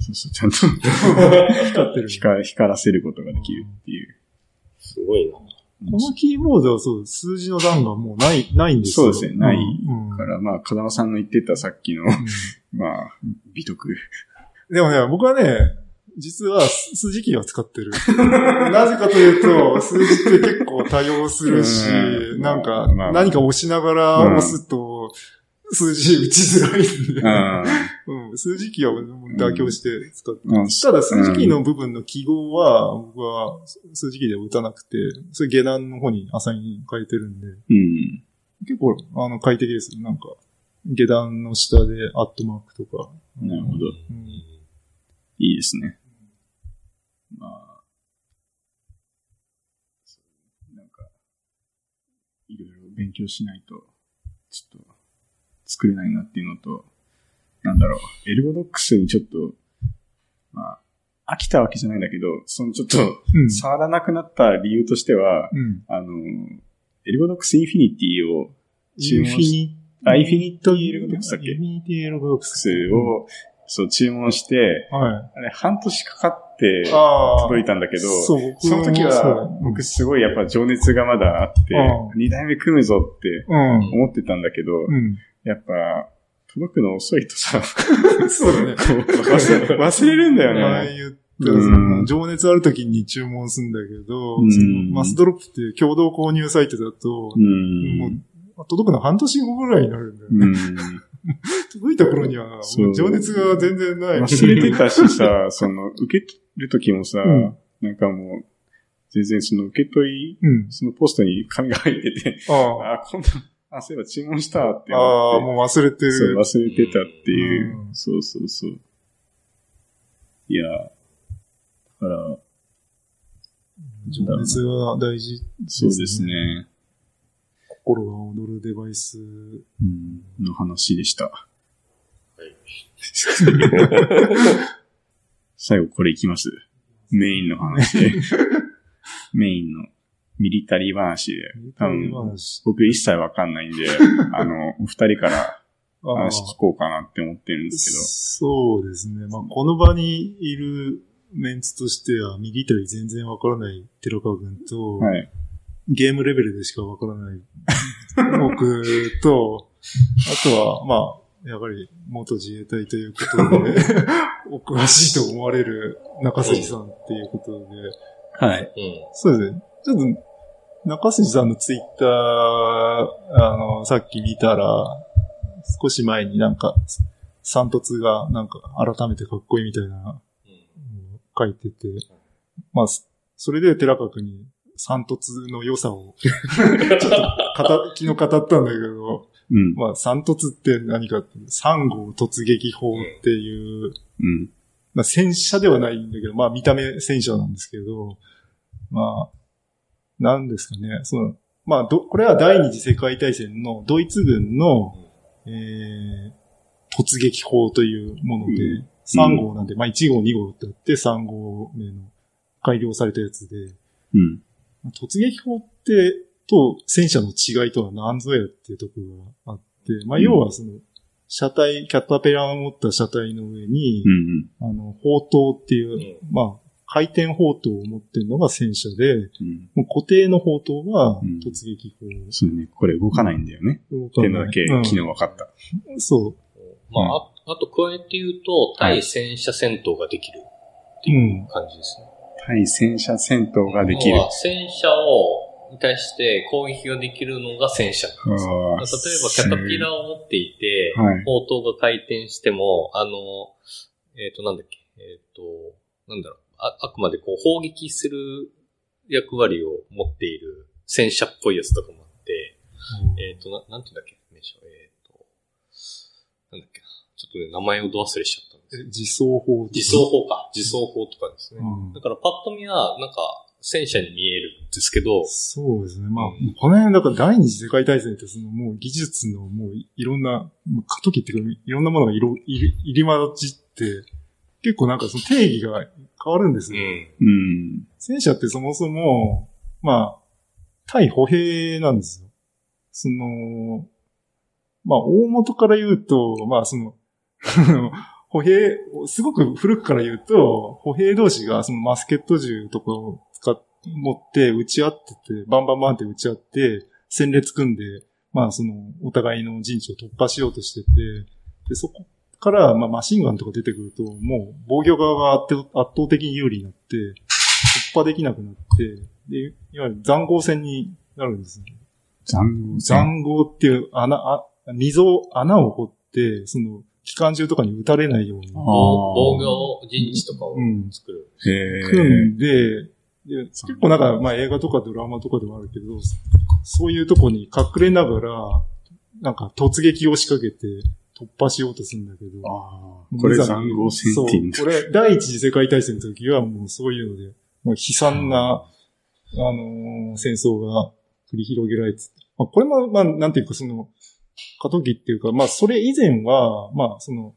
S1: そうそう、ちゃんと
S2: 光ってる。
S1: 光光らせることができるっていう。
S3: すごいな。
S2: このキーボードはそう、数字の段がもうない、ないんですよ
S1: そうですねない
S2: うんうん
S1: から、まあ、風間さんの言ってたさっきの、まあ、美
S2: <laughs>
S1: 徳。
S2: でもね、僕はね、実はす数字キーは使って <laughs> る。なぜかというと、数字って結構多用するし
S1: う、ん
S2: なんか、
S1: まあ
S2: 何か押しながら押すと、数字打ちづら
S1: う
S2: いんで、
S1: ん。
S2: うん、数字キーはもう妥協して使って
S1: うん
S2: ただ、数字キーの部分の記号は、僕は数字キーでは打たなくて、それ下段の方にアサイン変えてるんで、
S1: うん。
S2: 結構、あの、快適ですよ。なんか、下段の下でアットマークとか。
S1: なるほど。
S2: うん
S1: いいですね。まあ、そうなんか、いろいろ勉強しないと、ちょっと、作れないなっていうのと、なんだろう、エルゴドックスにちょっと、まあ、飽きたわけじゃないんだけど、そのちょっと、
S2: うん。
S1: 触らなくなった理由としては、
S2: うん。
S1: あの、エルゴドックスインフィニティを、注文し
S2: ニ
S1: あ、インフィニティエルゴドックスだっけ
S2: イ
S1: エ
S2: ン
S1: ル
S2: フィニティエロボッ
S1: ゴ
S2: ク
S1: ドック
S2: ス。
S1: スを、そう、注文して、
S2: はい。
S1: あれ、半年かかって、
S2: あ
S1: 届い
S2: た
S1: たんだけど、
S2: そう、僕も
S1: その時は、僕すごいやっぱ情熱がまだあって
S2: ああ、
S1: 二代目組むぞって
S2: うん。
S1: 思ってたんだけど、
S2: うん。
S1: やっぱ、届くの遅いとさ、こ
S2: <laughs> そうだね。
S1: う忘れ忘れるんだよ
S2: 前
S1: ね。
S2: 言った、その情熱ある時に注文するんだけど、
S1: うん
S2: そのマスドロップっていう共同購入サイトだと
S1: う、
S2: も
S1: ん。
S2: う、届くの半年後ぐらいになるんだよね。
S1: うん
S2: 届いた頃には、も
S1: そう
S2: う情熱が全然ない。
S1: 忘れてたし
S2: <laughs>
S1: さ、その、受け取る時もさ
S2: うん、
S1: なんかもう、全然その受け取り、
S2: うん。
S1: そのポストに紙が入ってて、
S2: ああ。
S1: あ、今度、あ、そういえば注文したって
S2: ああ、
S1: 思っ
S2: もう忘れて
S1: て、そう
S2: る。
S1: 忘れてたっていう
S2: う。ん
S1: そうそうそう。いや、だから、
S2: 情熱は大事。
S1: そうですね。
S2: 心が踊るデバイス。
S1: うん、の話でした。
S3: はい。
S1: <laughs> 最後これいきます。メインの話 <laughs> で。メインのミリタリー話で。多分、
S2: 話
S1: 僕一切わかんないん <laughs> で、あの、お二人から
S2: ああ
S1: 話聞こうかなって思ってるんです
S2: そうですね。まあ、この場にいるメンツとしては、ミリタリー全然わからない寺川君と、
S1: けど。はい。
S2: ゲームレベルでしかわからない僕と、あとは、まあ、やはり元自衛隊ということで、お詳しいと思われる中杉さんっていうことで、
S1: はい。
S3: うん。
S2: そうですね。ちょっと、中筋さんのツイッター、あの、さっき見たら、少し前になんか、サントツがなんか改めてかっこいいみたいな、うん書いてて、まあ、そそれで寺川くんにサントツの良さ <laughs> を、ちょっと、きの語ったんだけど、
S1: うん。
S2: まあ、サントツって何かって、三号突撃砲っていう、
S1: うん。
S2: まあ、戦車ではないんだけど、まあ、見た目戦車なんですけど、まあ、なんですかね、その、まあ、ど、これは第二次世界大戦のドイツ軍の、えー、突撃砲というもので、
S1: う
S2: 3号なんで、まあ、1号、2号ってあって、3号目の改良されたやつで、
S1: うん。
S2: 突撃砲って、と戦車の違いとは何ぞやっていうところがあって、まあ、要はその、車体、キャッタペラを持った車体の上に、
S1: うん。
S2: あの、砲塔っていう、
S3: う
S2: まあ、回転砲塔を持ってるのが戦車で、
S1: うん。
S2: もう固定の砲塔が
S1: うん
S2: 突撃砲を
S1: そうね。これ動かないんだよね。
S2: 動
S1: って
S2: かない。
S1: のだけ
S2: うん
S1: 昨日わかった。
S2: そ
S3: まあ、ああと加えて言うと、対戦車戦闘ができる
S2: う。うん。
S3: 感じですね。
S1: 対戦車戦闘ができる
S3: 要。は戦車を、に対して攻撃ができるのが戦車なんですよ
S1: あ
S3: 例えば、
S1: ー
S3: キャタピラを持っていて、
S1: はい
S3: 砲塔が回転しても、あの、えっ、と、なんだっけ、えっ、と、なんだろうあ、あくまでこう、砲撃する役割を持っている戦車っぽいやつとかもあって、えっ、と、ななんていうんだっけ、名称、えっ、と、なんだっけな、ちょっとね、名前をど忘れしちゃったんですけど。
S2: 自走法
S3: 自走法か。自走法とかですね。
S2: うん
S3: だからパッと見は、なんか、戦車に見えるんですけど、
S2: そうですね。まあ、
S3: うん
S2: この辺、だから第二次世界大戦って、そのもう技術のもういろんな、まあ過渡期っていうか、いろんなものがいろ入り入り混じって、結構なんかその定義が変わるんです
S3: う
S2: よ。
S3: ん。
S1: うん。
S2: 戦車ってそもそも、まあ、対歩兵なんですよ。その、まあ、大元から言うと、まあ、その、 <laughs> 歩兵、すごく古くから言うと、歩兵同士がそのマスケット銃とかを使っ持って撃ち合ってて、バンバンバンって撃ち合って、戦列組んで、まあ、その、お互いの陣地を突破しようとしてて、で、そこから、まあ、マシンガンとか出てくると、もう、防御側が圧倒圧倒的に有利になって、突破できなくなって、で、いわゆる残壕戦になるんですね。
S1: 残酷。
S2: 残壕っていう穴、あ溝、穴を掘って、その、機関銃とかに撃たれないように、
S1: あー
S3: 防防御陣地とかを
S2: うん、
S3: 作る。
S1: へ
S2: 組
S1: え。
S2: んで、で結構なんか、まあ映画とかドラマとかでもあるけど、そういうとこに隠れながら、なんか突撃を仕掛けて突破しようとするんだけど。
S1: ああ、これ残酷戦
S2: そう。
S1: っ
S2: こ
S1: ていうんだ。
S2: れ、第一次世界大戦の時はもうそういうので、もう悲惨な、あのー戦争が繰り広げられててまあ、これも、まあ、なんていうかその、過渡期っていうか、まあ、それ以前は、まあ、その、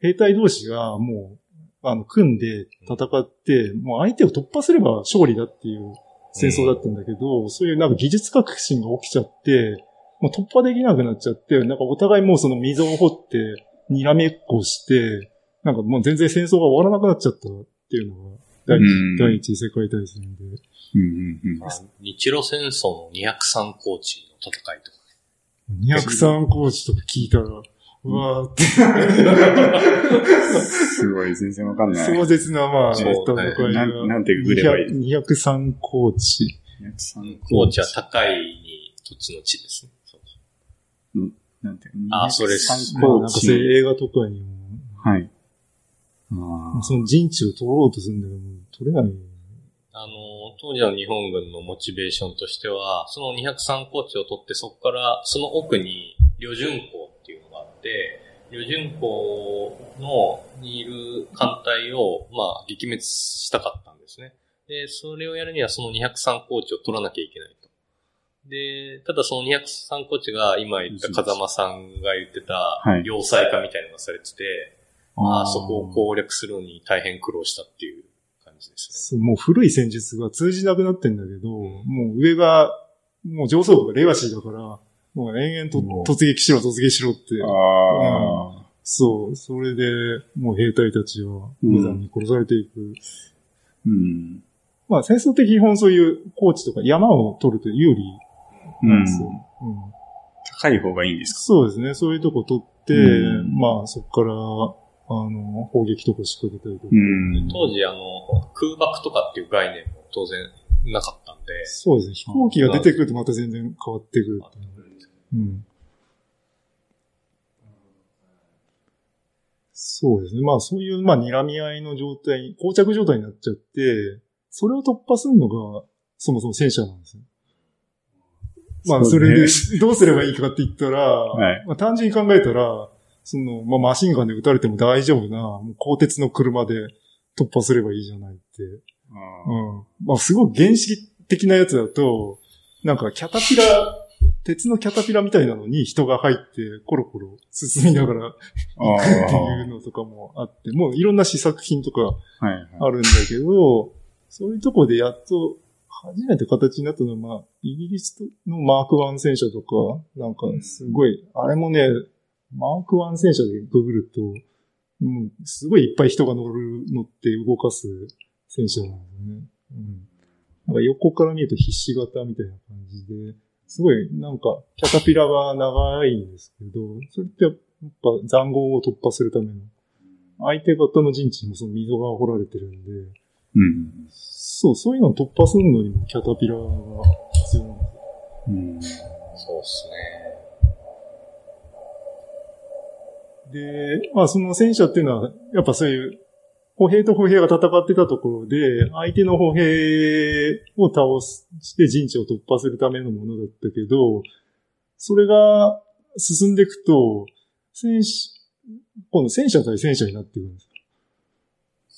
S2: 兵隊同士がもう、あの、組んで戦って、もう相手を突破すれば勝利だっていう戦争だったんだけど、そういうなんか技術革新が起きちゃって、もう突破できなくなっちゃって、なんかお互いもうその溝を掘って、にらめっこして、なんかもう全然戦争が終わらなくなっちゃったっていうのが、第一,、
S1: うん
S2: 第一次世界大戦で。
S1: うんうんうん
S3: まあ日露戦争の203高地の戦いとかね。
S2: 203コーチとか聞いたら、うわーって、
S1: すごい、全然わかんない。
S2: 壮絶な、まあ、
S3: そう
S2: 戦い
S1: な
S2: が
S1: んなんてグればいい
S2: 200 203コーチ。
S3: 高
S1: 203
S3: 地は高いに土地の地ですね。そう
S1: なんて
S3: あそれです
S1: 203
S2: まあ、
S1: 高
S2: なんかそう
S1: 地。
S2: いう映画とかにも、
S1: はい。ああ。
S2: その陣地を取ろうとするんだけど、もう取れない。
S3: あの、当時の日本軍のモチベーションとしては、その203高地を取って、そこから、その奥に、旅順港っていうのがあって、旅順港の、にいる艦隊を、まあ、撃滅したかったんですね。で、それをやるには、その203高地を取らなきゃいけないと。で、ただその203高地が、今言った風間さんが言ってた
S1: はい、
S3: 要塞化みたいなのがされてて、まあ、そこを攻略するのに大変苦労したっていう感じですね。
S2: そうもう古い戦術が通じなくなってんだけど、もう上が、もう上層部がレガシーだから、もう延
S1: も
S2: 々
S1: う
S2: と突撃しろ、突撃しろって。
S1: ああ。
S2: そう、それで、もう兵隊たちは無残に殺されていく。
S1: うん。
S2: まあ戦争的基本そういう高地とか山を取ると有利
S1: う
S2: なん
S1: ん
S2: ですよ。うん
S1: 高い方がいいんですか
S2: そうですね。そういうとこ取って、
S1: うん
S2: まあそこから、あの、砲撃とか仕掛けたりとか。
S1: うん。
S3: 当時、あの、空爆とかっていう概念も当然なかったんで、
S2: そうですね。飛行機が出てくるとまた全然変わってくるっていう。うん。そうですね。まあそういう、まあ睨み合いの状態に、膠着状態になっちゃって、それを突破するのが、そもそも戦車なんですよ。まあ
S1: そ
S2: そう
S1: ね
S2: れで、どうすればいいかって言ったら、
S1: い
S2: まあ単純に考えたら、その、まあマシンガンで撃たれても大丈夫な、もう鋼鉄の車で突破すればいいじゃないって。
S1: あ
S2: うん。まあ、すごい原始的なやつだと、なんかキャタピラ、鉄のキャタピラみたいなのに人が入って、コロコロ進みながら
S1: あ。
S2: っていうのとかもあって、もういろんな試作品とか
S1: はいはい。
S2: あるんだけど、そういうとこでやっと、初めて形になったのは、まあ、イギリスのマーク1戦車とか、なんかすごい、あれもね、マーク1戦車でググると、もうすごいいっぱい人が乗る、乗って動かす戦車なんですね。うん。なんか横から見ると必死型みたいな感じで、すごいなんかキャタピラが長いんですけど、それってやっぱ残壕を突破するための、相手方の陣地にもその溝が掘られてるんで、
S1: うん。
S2: そう、そういうのを突破するのにもキャタピラが必要なんですよ。
S1: うん。
S3: そうっすね。
S2: で、まあその戦車っていうのは、やっぱそういう、歩兵と歩兵が戦ってたところで、相手の歩兵を倒して陣地を突破するためのものだったけど、それが進んでいくと、戦士今度戦車対戦車になっていくんです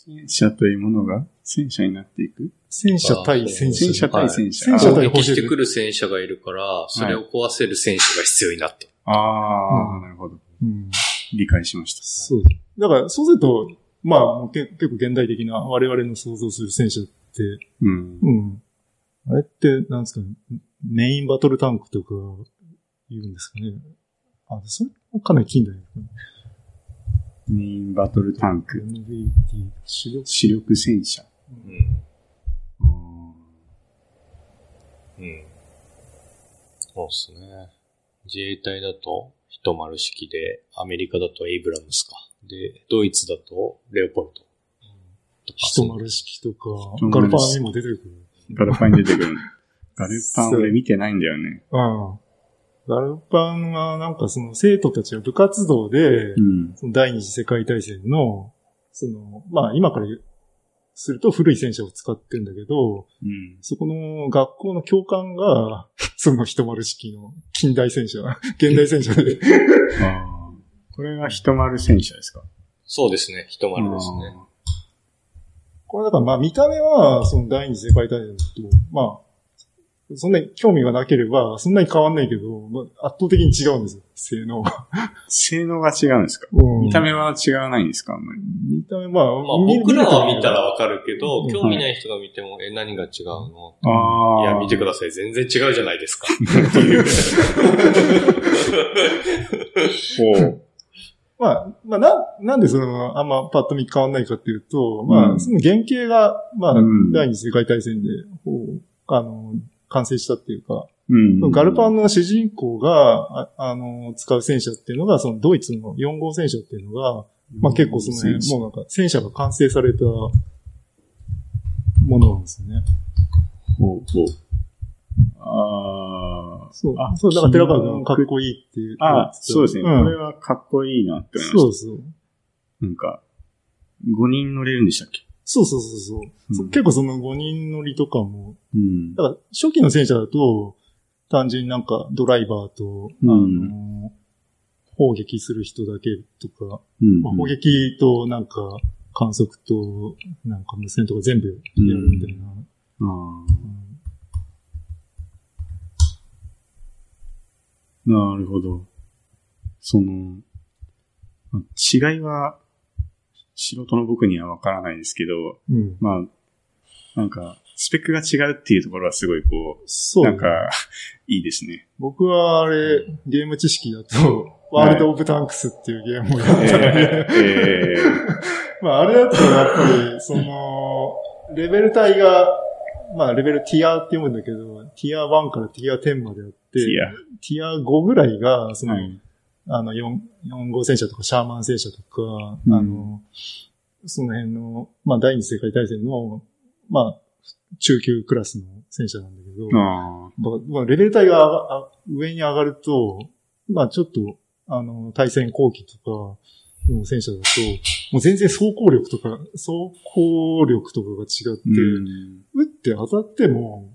S1: 戦車というものが戦車になっていく
S2: 戦車対戦車。
S1: 戦車対戦車。
S2: 戦車
S1: あ
S2: 対
S3: 攻撃してくる戦車がいるから、それを壊せる戦車が必要になってる。
S1: あー、なるほど。
S2: うん。
S1: 理解しました。
S2: そうです。だから、そうすると、まあ、もうけ結構現代的な我々の想像する戦車って、
S1: うん。
S2: うん。あれって、なんですかね、メインバトルタンクとか言うんですかね。あ、それもかなり近代ですね。
S1: メインバトルタンク。
S2: MVT、主力。
S1: 主力戦車。あ
S3: うん。うん。そうっすね。自衛隊だと、ヒトマル式で、アメリカだとエイブラムスか。で、ドイツだと、レオポルト。とか
S2: ヒトマル式とか
S1: ト、マ
S2: ガ
S1: ル式
S2: ルパーにも出てくる。
S1: ーガルパンに出てくるの。ガルパン俺見てないんだよね。
S2: ああ。ガルパンは、なんかその生徒たちが部活動で
S1: う、ん。
S2: その第二次世界大戦の、その、まあ今から言うすると古い戦車を使ってるんだけど、
S1: うん。
S2: そこの学校の教官が、その一丸式の近代戦車、現代戦車で、
S1: あーこれが一丸戦車ですか
S3: そうですね、ヒトマルですね。
S2: これだからまあ見た目は、その第二次世界大戦と、まあ、そんなに興味がなければ、そんなに変わんないけど、まあ圧倒的に違うんですよ、性能が。
S1: あー性能が違うんですか見た目は違わないんですかあんまり。
S2: 見た目、まあ、
S3: まあ僕らは見たら
S2: わ
S3: わかるけど
S2: う、ん
S3: 興味ない人が見ても、え、何が違うの
S1: あ
S3: いや、見てください。全然違うじゃないです <laughs> か。っていう。
S1: さい。ほう。
S2: まあ、まあ、な、なんでその、あんまパッと見変わんないかっていうと、ま
S1: うん
S2: あ、その原型が、まあ
S1: うん、
S2: 第二次世界大戦で、こう、あの、完成したっていうか、
S1: うん。
S2: ガルパンの主人公が、ああの、使う戦車っていうのが、そのドイツの4号戦車っていうのが、まあ結構その辺、もうなんか戦車が完成されたものなんですよね。
S1: ほうほう。あ
S2: そう
S1: あ。
S2: そう、だから寺川君かっこいいっていう。
S1: あ。ああ、そうですね。
S2: うん
S1: これはかっこいいなって思いました。
S2: そうそう。
S1: なんか、5人乗れるんでしたっけ
S2: そうそうそうそう、
S1: うん
S2: 結構その5人乗りとかも、
S1: うん。
S2: だから初期の戦車だと、単純になんかドライバーと、
S1: うん
S2: あの、砲撃する人だけとか、
S1: うん
S2: まあ、砲撃となんか観測となんか無線とか全部やるみたいな。
S1: あーなるほど。その、まあ違いは、素人の僕にはわからないですけど、
S2: うん。うん
S1: まあ、なんか、スペックが違うっていうところはすごいこ、
S2: そうう。
S1: なんか、 <laughs> いいですね。
S2: 僕はあれ、ゲーム知識だと、
S1: はい
S2: ワールド・オブ・タンクスっていうゲームをやっ
S1: え
S2: <laughs> て、
S1: ーえ
S2: まああれだとやっぱり、その、レベル帯が、まあレベルティアって読むんだけど、ティア1からティア10まであって、
S1: ー、いや、
S2: ティア5ぐらいが、その、
S1: はい
S2: あの、4、4号戦車とか、シャーマン戦車とか、
S1: うん
S2: あの、その辺の、まあ、第二次世界大戦の、まあ、中級クラスの戦車なんだけど、
S1: ああ、
S2: まあまあ、レベル帯がああ上に上がると、まあ、ちょっと、あの、対戦後期とかの戦車だと、もう全然走行力とか、走行力とかが違って、
S1: うん。
S2: 撃って当たっても、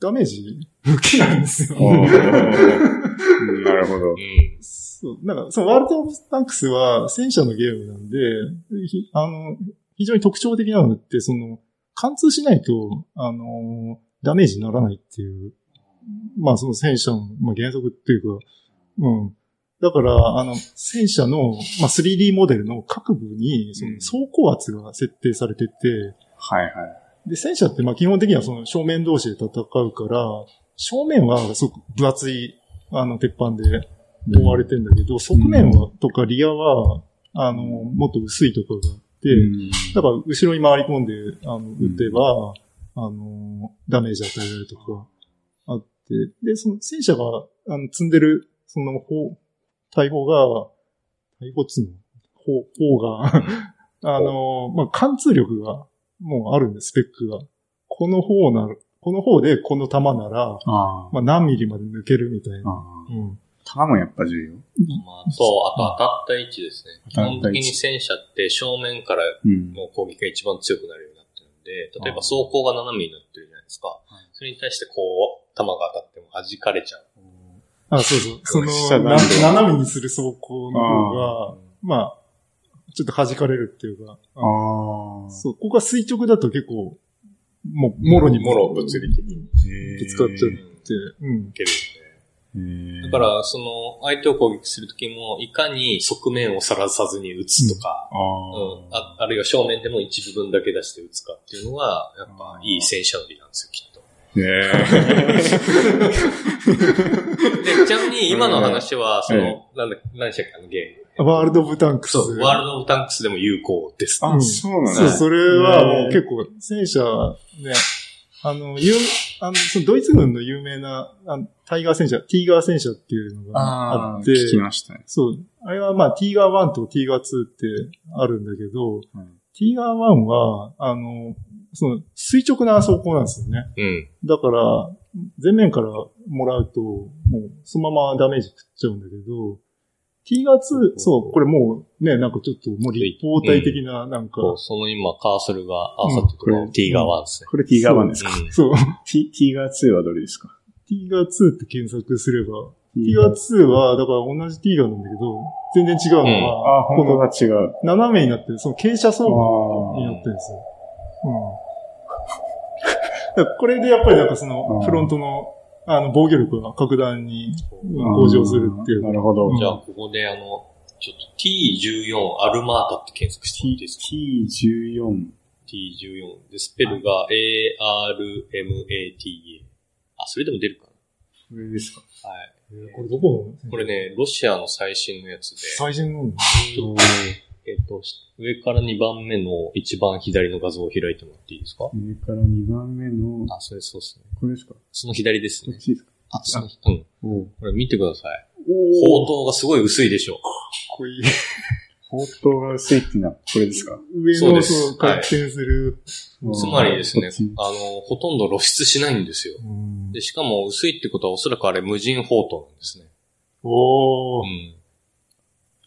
S2: ダメージ受けないんですよ。
S1: おー <laughs> なるほど
S3: う。ん。
S2: そう、なんか、そのワールド・オブ・タンクスは戦車のゲームなんで、ひあの、非常に特徴的なのって、その、貫通しないと、あの、ダメージにならないっていう、まあその戦車の、まあ、原則っていうか、うん。だから、あの、戦車の、まあ、3D モデルの各部に、その走行圧が設定されてて、
S1: はいはい。
S2: で、戦車ってまあ基本的にはその正面同士で戦うから、正面はすごく分厚い、あの、鉄板で覆われてんだけど、側面は、とかリアは、あの、もっと薄いところがあって、
S1: うん
S2: だから後ろに回り込んで、あの、撃てば、あの、ダメージ与えられるとか、あって、で、その戦車が、あの、積んでる、その、砲、大砲が、大砲っつうの砲、砲が、 <laughs> あの、まあ、貫通力が、もうあるんです、スペックが。この砲なら、この砲でこの弾なら、
S1: あー
S2: まあ、何ミリまで抜けるみたいな。
S1: あー。
S2: うん。
S1: 弾もやっぱ重要。
S3: まあ、そう、あと当たった位置ですね。基
S1: 当たった位置
S3: 本的に戦車って正面から
S1: うん。
S3: の攻撃が一番強くなるようになってるんで、例えば
S1: あー
S3: 走行が斜めになってるじゃないですか。それに対してこう、弾が当たっても弾かれちゃう。
S2: あ、そうそう。そ
S1: <laughs> 下
S2: の、
S1: 段
S2: な
S1: で
S2: 斜めにする走行の方が、まあ、ちょっと弾かれるっていうか、
S1: ああ。
S2: そう、ここが垂直だと結構、もう、もろに
S3: もろ物理的に。
S1: ぶ
S2: ぶつかっちゃって、うん
S3: い。けるよね。
S1: う
S3: だか、ら、その、相手を攻撃するときも、いかに側面をさらさずに打つとか、
S1: あ
S3: うん
S1: あ。
S3: あ、あるいは正面でも一部分だけ出して打つかっていうのが、やっぱいい戦車乗りなんですよ、きっと。
S1: へえ。
S2: <laughs>
S3: で、ちなみに今の話は、そ
S1: え
S3: の、なんだ、何でしたっけ、あのゲーム。
S2: ワールド・オブ・タンクス。
S3: そう、ワールドオブタンクスでも有効です。
S1: あ、そうなん
S2: そう、
S1: だ。
S2: それはもう
S1: ね
S2: 結構、戦車ね、あの、有あのそのドイツ軍の有名なあのタイガー戦車、ティーガー戦車っていうのが
S1: あ
S2: あ
S1: あ、
S2: って、
S1: 聞きましたね。
S2: そう、あれはまあ、ティーガー1とティーガー2ってあるんだけど、
S1: はい
S2: ティーガー1は、あの、その垂直な走行なんですよね。
S3: うん。
S2: だから、前面からもらうと、もう、そのままダメージ食っちゃうんだけど、T ガ2、そう、これもうね、なんかちょっともう立方体的な、なんか、
S3: こう、その今、カーソルが合わさってるの
S1: う
S3: が
S1: ん
S3: T が1ですね。
S1: これ T ガー版ですか
S3: うん
S2: そう、
S1: ?T、T ガー2はどれですか
S2: T ガ2って検索すれば、T ガ2は、だから同じ T ガなんだけど、全然違うのが、
S1: あ、本当だ、違う。
S2: 斜めになってる、その傾斜走行
S1: あ
S2: になってるんですよ。うん。だ <laughs> からこれでやっぱりなんかそ
S1: う、
S2: の
S1: ん
S2: フロントの、あの、防御力が格段にうん向上するっていう
S1: あーなるほど
S2: うん。
S3: じゃあ、ここであの、ちょっと T14 アルマータって検索してもいいですか
S1: T、T14。
S3: ?T14。で、スペルが ARMATA。あ、それでも出るか
S1: これですか
S3: なはい。
S2: これどこ
S3: これね、ロシアの最新のやつで、
S2: 最新の
S3: えっと、上から2番目の一番左の画像を開いてもらっていいですか
S1: 上から2番目の、
S3: あ、それそうですね。
S1: これですか
S3: その左です
S1: こっ
S3: ね。
S1: ちですか
S3: あ、その、うん。
S1: お
S3: これ見てください。砲
S1: お
S3: 塔がすごい薄いでしょ。
S2: こいい。
S1: ほうとうが薄いっていうのは、これですか
S2: 上
S3: そう
S2: の
S3: です
S2: そう回転する。
S3: つまりです
S1: こ
S3: ね
S1: っち、
S3: あの、ほとんど露出しないんですよ。
S2: うん
S3: で、しかも薄いってことはおそらくあれ無人砲塔なんですね。
S2: お
S3: う
S2: ー
S3: ん。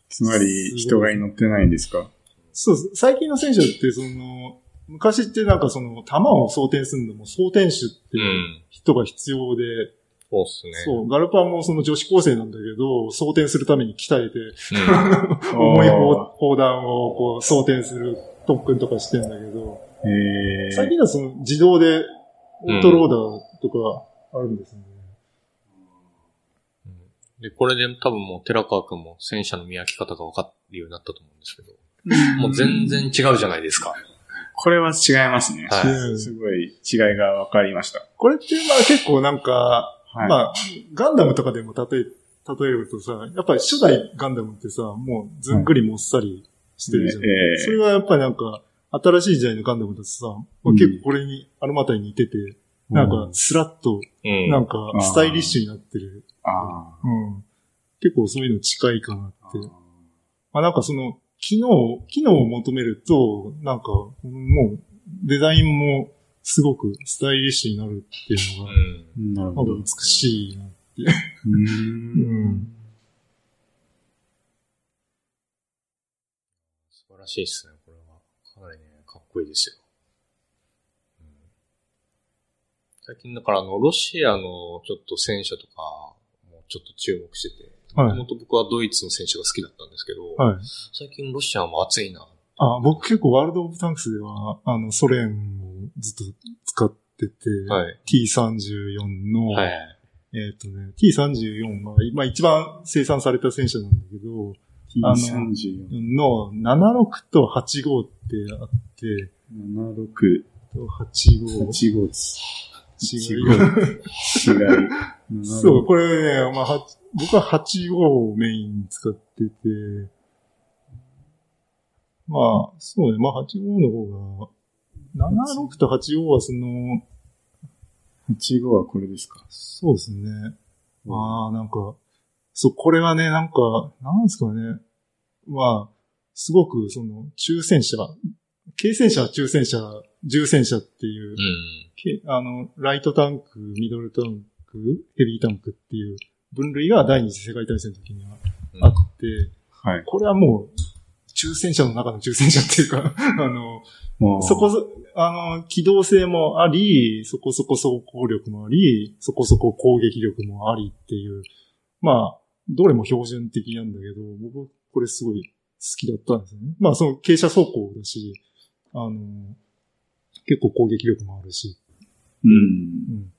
S1: つまり、人が乗ってないんですか
S2: そうそう、最近の選手って、その、昔ってなんかその、弾を装填するのも装填手って
S3: う。
S2: いうん人が必要で、
S3: そうっすね。
S2: そう、ガルパンもその女子高生なんだけど、装填するために鍛えて、
S3: うん。
S2: 重い砲砲弾をこう装填する特訓とかしてんだけど、
S1: へえ
S2: 最近はその自動でオートローダーとかあるんですね。
S3: で、これで多分もう寺川くんも戦車の見分け方が分かるようになったと思うんですけど、もう全然違うじゃないですか。
S1: これは違いますね。
S3: はい
S2: うん
S1: すごい違いが分かりました。
S2: これってまあ結構なんか、
S1: はい。
S2: まあ、ガンダムとかでも例え、例えるとさ、やっぱり初代ガンダムってさ、もうずんぐりもっさりしてるじゃん。
S1: ええ
S2: それはやっぱりなんか、新しい時代のガンダムだとさ、まあ、
S1: うん
S2: 結構これに、アルマタイに似てて、なんか、スラッと、
S3: うん。
S2: なんか
S1: う、ん
S2: スタイリッシュになってる。
S1: ああ
S2: うん。結構そういうの近いかなって
S1: ー。。
S2: まあなんかその、機能、機能を求めると、なんか、もう、デザインもすごくスタイリッシュになるっていうの
S3: う
S2: が、
S3: ん。
S1: なる
S2: な
S1: ほ
S2: んか
S1: ど。う
S2: 美しいな。
S1: ー。
S2: うんん。
S3: 素晴らしいですね、これは。かなりね、かっこいいですよ。うん最近だからあの、ロシアのちょっと戦車とか、もちょっと注目してて、
S2: はい
S3: もともと僕はドイツの戦車が好きだったんですけど、
S2: はい。
S3: 最近ロシアも熱いな。
S2: あ、僕結構ワールドオブタンクスでは、あの、ソ連をずっと使ってて、
S3: はい。
S2: T34 の、
S3: はい。
S2: えっ、とね、T34 は、まあ一番生産された戦車なんだけど、
S1: T34。
S2: の76と85ってあって、
S1: 76、
S2: 85、
S1: 85です。
S2: 違う。
S1: 違う。
S2: そう、これね、まあ、は僕は85をメインに使ってて、まあ、そうね、まあ85の方が、76と85はその、
S1: 85はこれですか
S2: そうですね。まあ、なんか、そう、これはね、なんか、なんですかね。まあ、すごく、その、抽選者、軽戦車、中戦車、重戦車っていう
S3: う、ん。
S2: けあの、ライトタンク、ミドルタンク、ヘビータンクっていう分類が第二次世界大戦の時にはあって、
S1: はい。
S2: これはもう、中戦車の中の中戦車っていうか、 <laughs> あの、
S1: もう
S2: そこ、そ、あの、機動性もあり、そこそこ走行力もあり、そこそこ攻撃力もありっていう、まあ、どれも標準的なんだけど、僕、これすごい好きだったんですよね。まあその傾斜走行だし、あの、結構攻撃力もあるし。
S1: うん。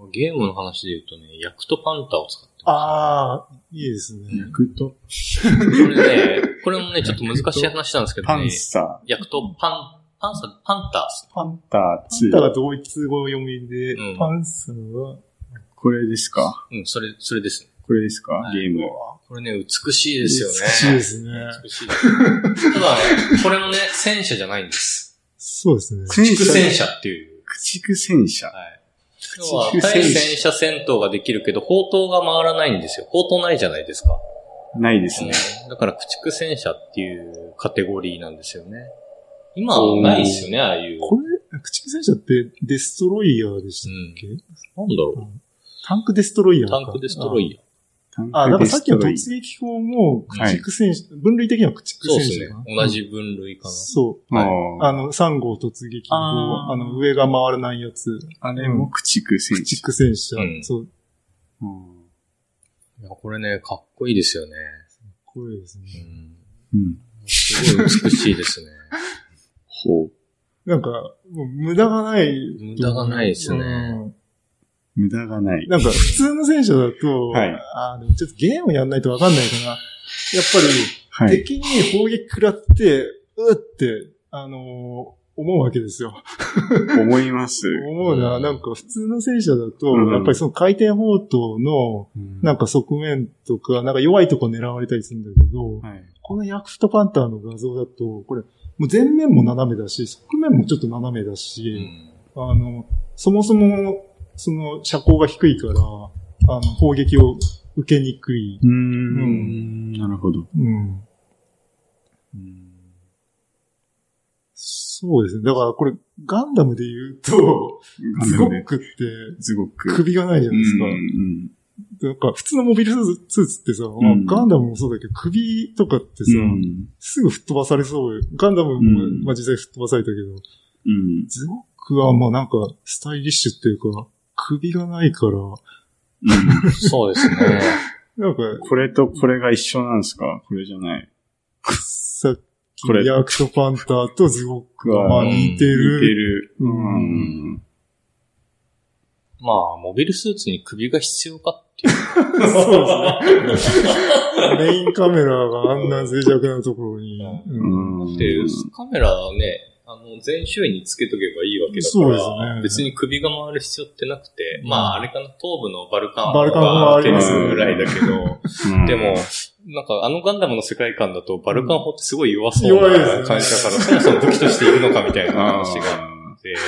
S2: うん、
S3: ゲームの話で言うとね、ヤクトパンタを使って
S2: ああ、いいですね。
S1: ヤクト
S3: ます。これね、これもね、ちょっと難しい話なんですけど
S1: パ
S3: ね
S1: ン、サ
S3: ヤクトパン、パンサー、パンターです。
S2: パン
S1: ー、タ
S2: パンタ
S1: ー
S2: が
S1: 2。
S2: 同一語読みで、
S3: うん
S2: パンサーは、
S1: これですか
S3: うん、それ、それですね。
S1: これですか、
S3: はい
S1: ゲーム。
S3: これね、美しいですよね。
S2: 美しいですね。
S3: 美しいですただ、これもね、戦車じゃないんです。
S2: そうですね。
S1: 戦
S3: 副戦車っていう。
S1: 駆逐戦車。
S3: はい。
S1: 駆
S3: 要は、対戦車戦闘ができるけど、砲塔が回らないんですよ。砲塔ないじゃないですか。
S1: ないですね。
S3: だから、駆逐戦車っていうカテゴリーなんですよね。今はないですよね、ああいう。
S2: これ、駆逐戦車ってデストロイヤーでしたっけ、
S3: なんだろ
S2: タンクデストロイヤ
S3: う。
S2: ーか
S3: タンクデストロイヤー。
S1: タン
S2: ああ、だ
S1: クデ
S2: からさっ
S1: ス
S2: きの
S1: トロイ
S2: 突撃砲も駆逐戦車、分類的には駆逐
S3: そう
S2: 戦
S3: です
S2: 車
S3: ね
S2: かな。。
S3: 同じ分類かな。
S2: そう。
S1: あ
S3: はい
S2: あ
S1: ー
S2: の、3号突撃砲、
S1: あー
S2: あの、上が回らないやつ、
S1: あれも駆逐戦
S2: 駆
S1: 車。
S2: 逐戦車、
S3: うん
S2: そう、
S1: うん
S3: いやこれね、かっこいいですよね。
S2: これですね。
S3: うん。
S1: うん。
S3: すごい美しいですね。
S1: ほう。
S2: なんか、もう無駄がない。
S3: 無駄がないですね
S2: うん
S1: 無駄がない。
S2: なんか、普通の戦車だと、
S1: はい
S2: あーでもちょっとゲームやんないとわかんないかな。やっぱ
S1: は
S2: り、
S1: い。
S2: 敵に砲撃食らって、うって、あのー思うわけですよ。
S1: 思います。
S2: 思うな、なんか普通の戦車だと、
S1: うん
S2: やっぱりその回転砲塔の、
S1: な
S2: なんか側面とか、なんか弱いとこ狙われたりするんだけど、
S1: はい。
S2: このヤクフトパンターの画像だと、これ、もう前面も斜めだし、側面もちょっと斜めだ
S3: う
S2: し、
S3: ん。
S2: あの、そもそも、その、車高が低いから、あの、砲撃を受けにくい。
S1: うーん。なるほど。
S2: うん。そうですね。だからこれ、ガンダムで言うと、ズゴックって
S1: すごく。
S2: 首がないじゃないですか。
S1: うん
S2: なんか普通のモビルスーツスーツってさ、まあ
S1: うん
S2: ガンダムもそうだけど、首とかってさ、
S1: うん。
S2: すぐ吹っ飛ばされそう。ガンダムも、
S1: うん
S2: まあ実際吹っ飛ばされたけど、
S1: うん。
S2: ズゴックはまあなんかスタイリッシュっていうか、首がないから、
S1: うん <laughs>
S3: そうですね。
S2: なんか
S1: これとこれが一緒なんですかこれじゃない。
S2: さっき
S1: これ
S2: ヤクトパンターとズゴックはまあ
S3: うん
S2: 似て
S1: 似て
S2: る。
S1: る。
S2: う
S1: うん。
S3: まあ、モビルスーツに首が必要かっていう。
S2: そうですね。メインカメラがあんな脆弱なところに。うん
S1: うん
S3: で、カメラはね、あの、全周囲につけとけばいいわけだ
S2: そうです
S3: から、
S2: ね
S3: 別に首が回る必要ってなくて、
S2: うん
S3: まあ、あれかな、頭部のバルカン
S2: バルカンはあります
S1: ね
S3: ぐらいだけど、
S1: うん
S3: でも、、なんかあのガンダムの世界観だと、バルカン砲ってすごい弱そう
S2: 弱いです
S3: な
S2: ね
S3: 感じだから、そもそも武器としているのかみたいな
S1: あ
S3: 話があ
S1: ー
S3: って、だ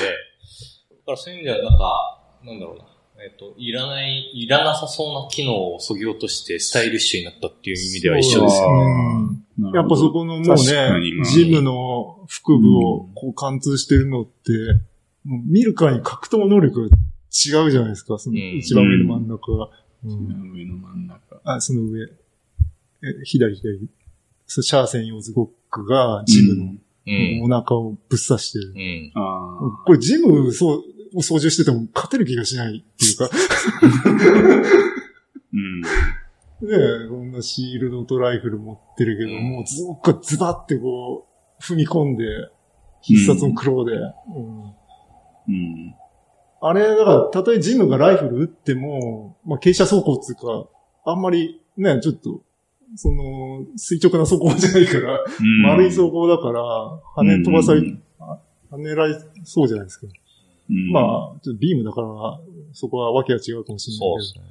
S3: からそういう意味では、なんか、なんだろうな。えっと、いらない、いらなさそうな機能を削ぎ落としてスタイリッシュになったっていう意味では一緒ですよね。
S2: うん
S1: なる
S2: やっ
S1: ほど
S2: ぱそこのもう
S1: 確かにま
S2: ね
S1: あ、
S2: ジムの腹部をこう貫通してるのって、もう見るからに格闘能力が違うじゃないですか、その
S3: うん
S2: 一番上の真ん中が。うん
S1: 上の真ん中。
S2: あ、その上。え、左左。そうシャーセン用ズゴックがジムの
S3: うん。
S2: お腹をぶっ刺してる。
S3: うん。
S1: ああ。
S2: これジムそう、を操縦してても勝てる気がしないって <laughs> いうか、
S1: うん。
S2: ねえ、こんなシールドとライフル持ってるけど、もうズゴックがズバってこう、踏み込んで、必殺の苦労で。うん
S1: うん。
S2: あれ、だから、たとえジムがライフル撃っても、まあ、傾斜走行っていうか、あんまり、ね、ちょっと、その、垂直な走行じゃないから、丸い走行だから、跳ね飛ばされ、
S1: うん
S2: 跳ねられそうじゃないですか。
S1: うん
S2: まあ、ちょっとビームだから、そこはわけが違うかもしれ
S3: そう
S2: な
S3: で
S2: い
S3: すね。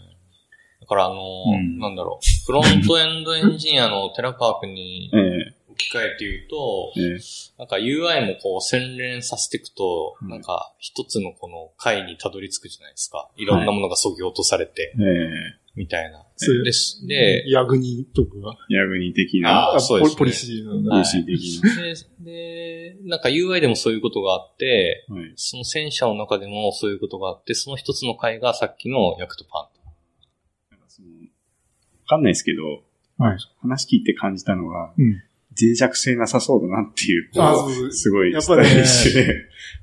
S3: だから、あのー
S1: うん
S3: なんだろう。フロントエンドエンジニアの寺川君に
S1: ええ、
S3: 置き換えて言うと、
S1: ええ。
S3: なんか UI もこう洗練させていくと、
S1: うん
S3: なんか一つのこの回にたどり着くじゃないですか。いろんなものが削ぎ落とされて、
S1: ええ。
S3: みたいな。
S2: そういう
S3: です。
S2: けど。
S3: で、
S2: ヤグニとか、
S1: ヤグニ的な、
S3: あそうですね
S2: ポリポリシーの
S1: 風
S2: ね
S1: 刺的
S3: で、で、なんか UI でもそういうことがあって、
S1: な。はい。
S3: その戦車の中でもそういうことがあって、その一つの回がさっきのヤクトパンと。
S1: なんかそのわかんないですけど、
S2: はい
S1: 話聞いて感じたのは、
S2: うん
S1: 脆弱性なさそうだなっていう、
S2: あ
S1: こう
S2: そうそう
S1: すごい
S2: やっ
S1: スタ
S2: ぱ
S1: イ
S2: ね
S1: リッシュで。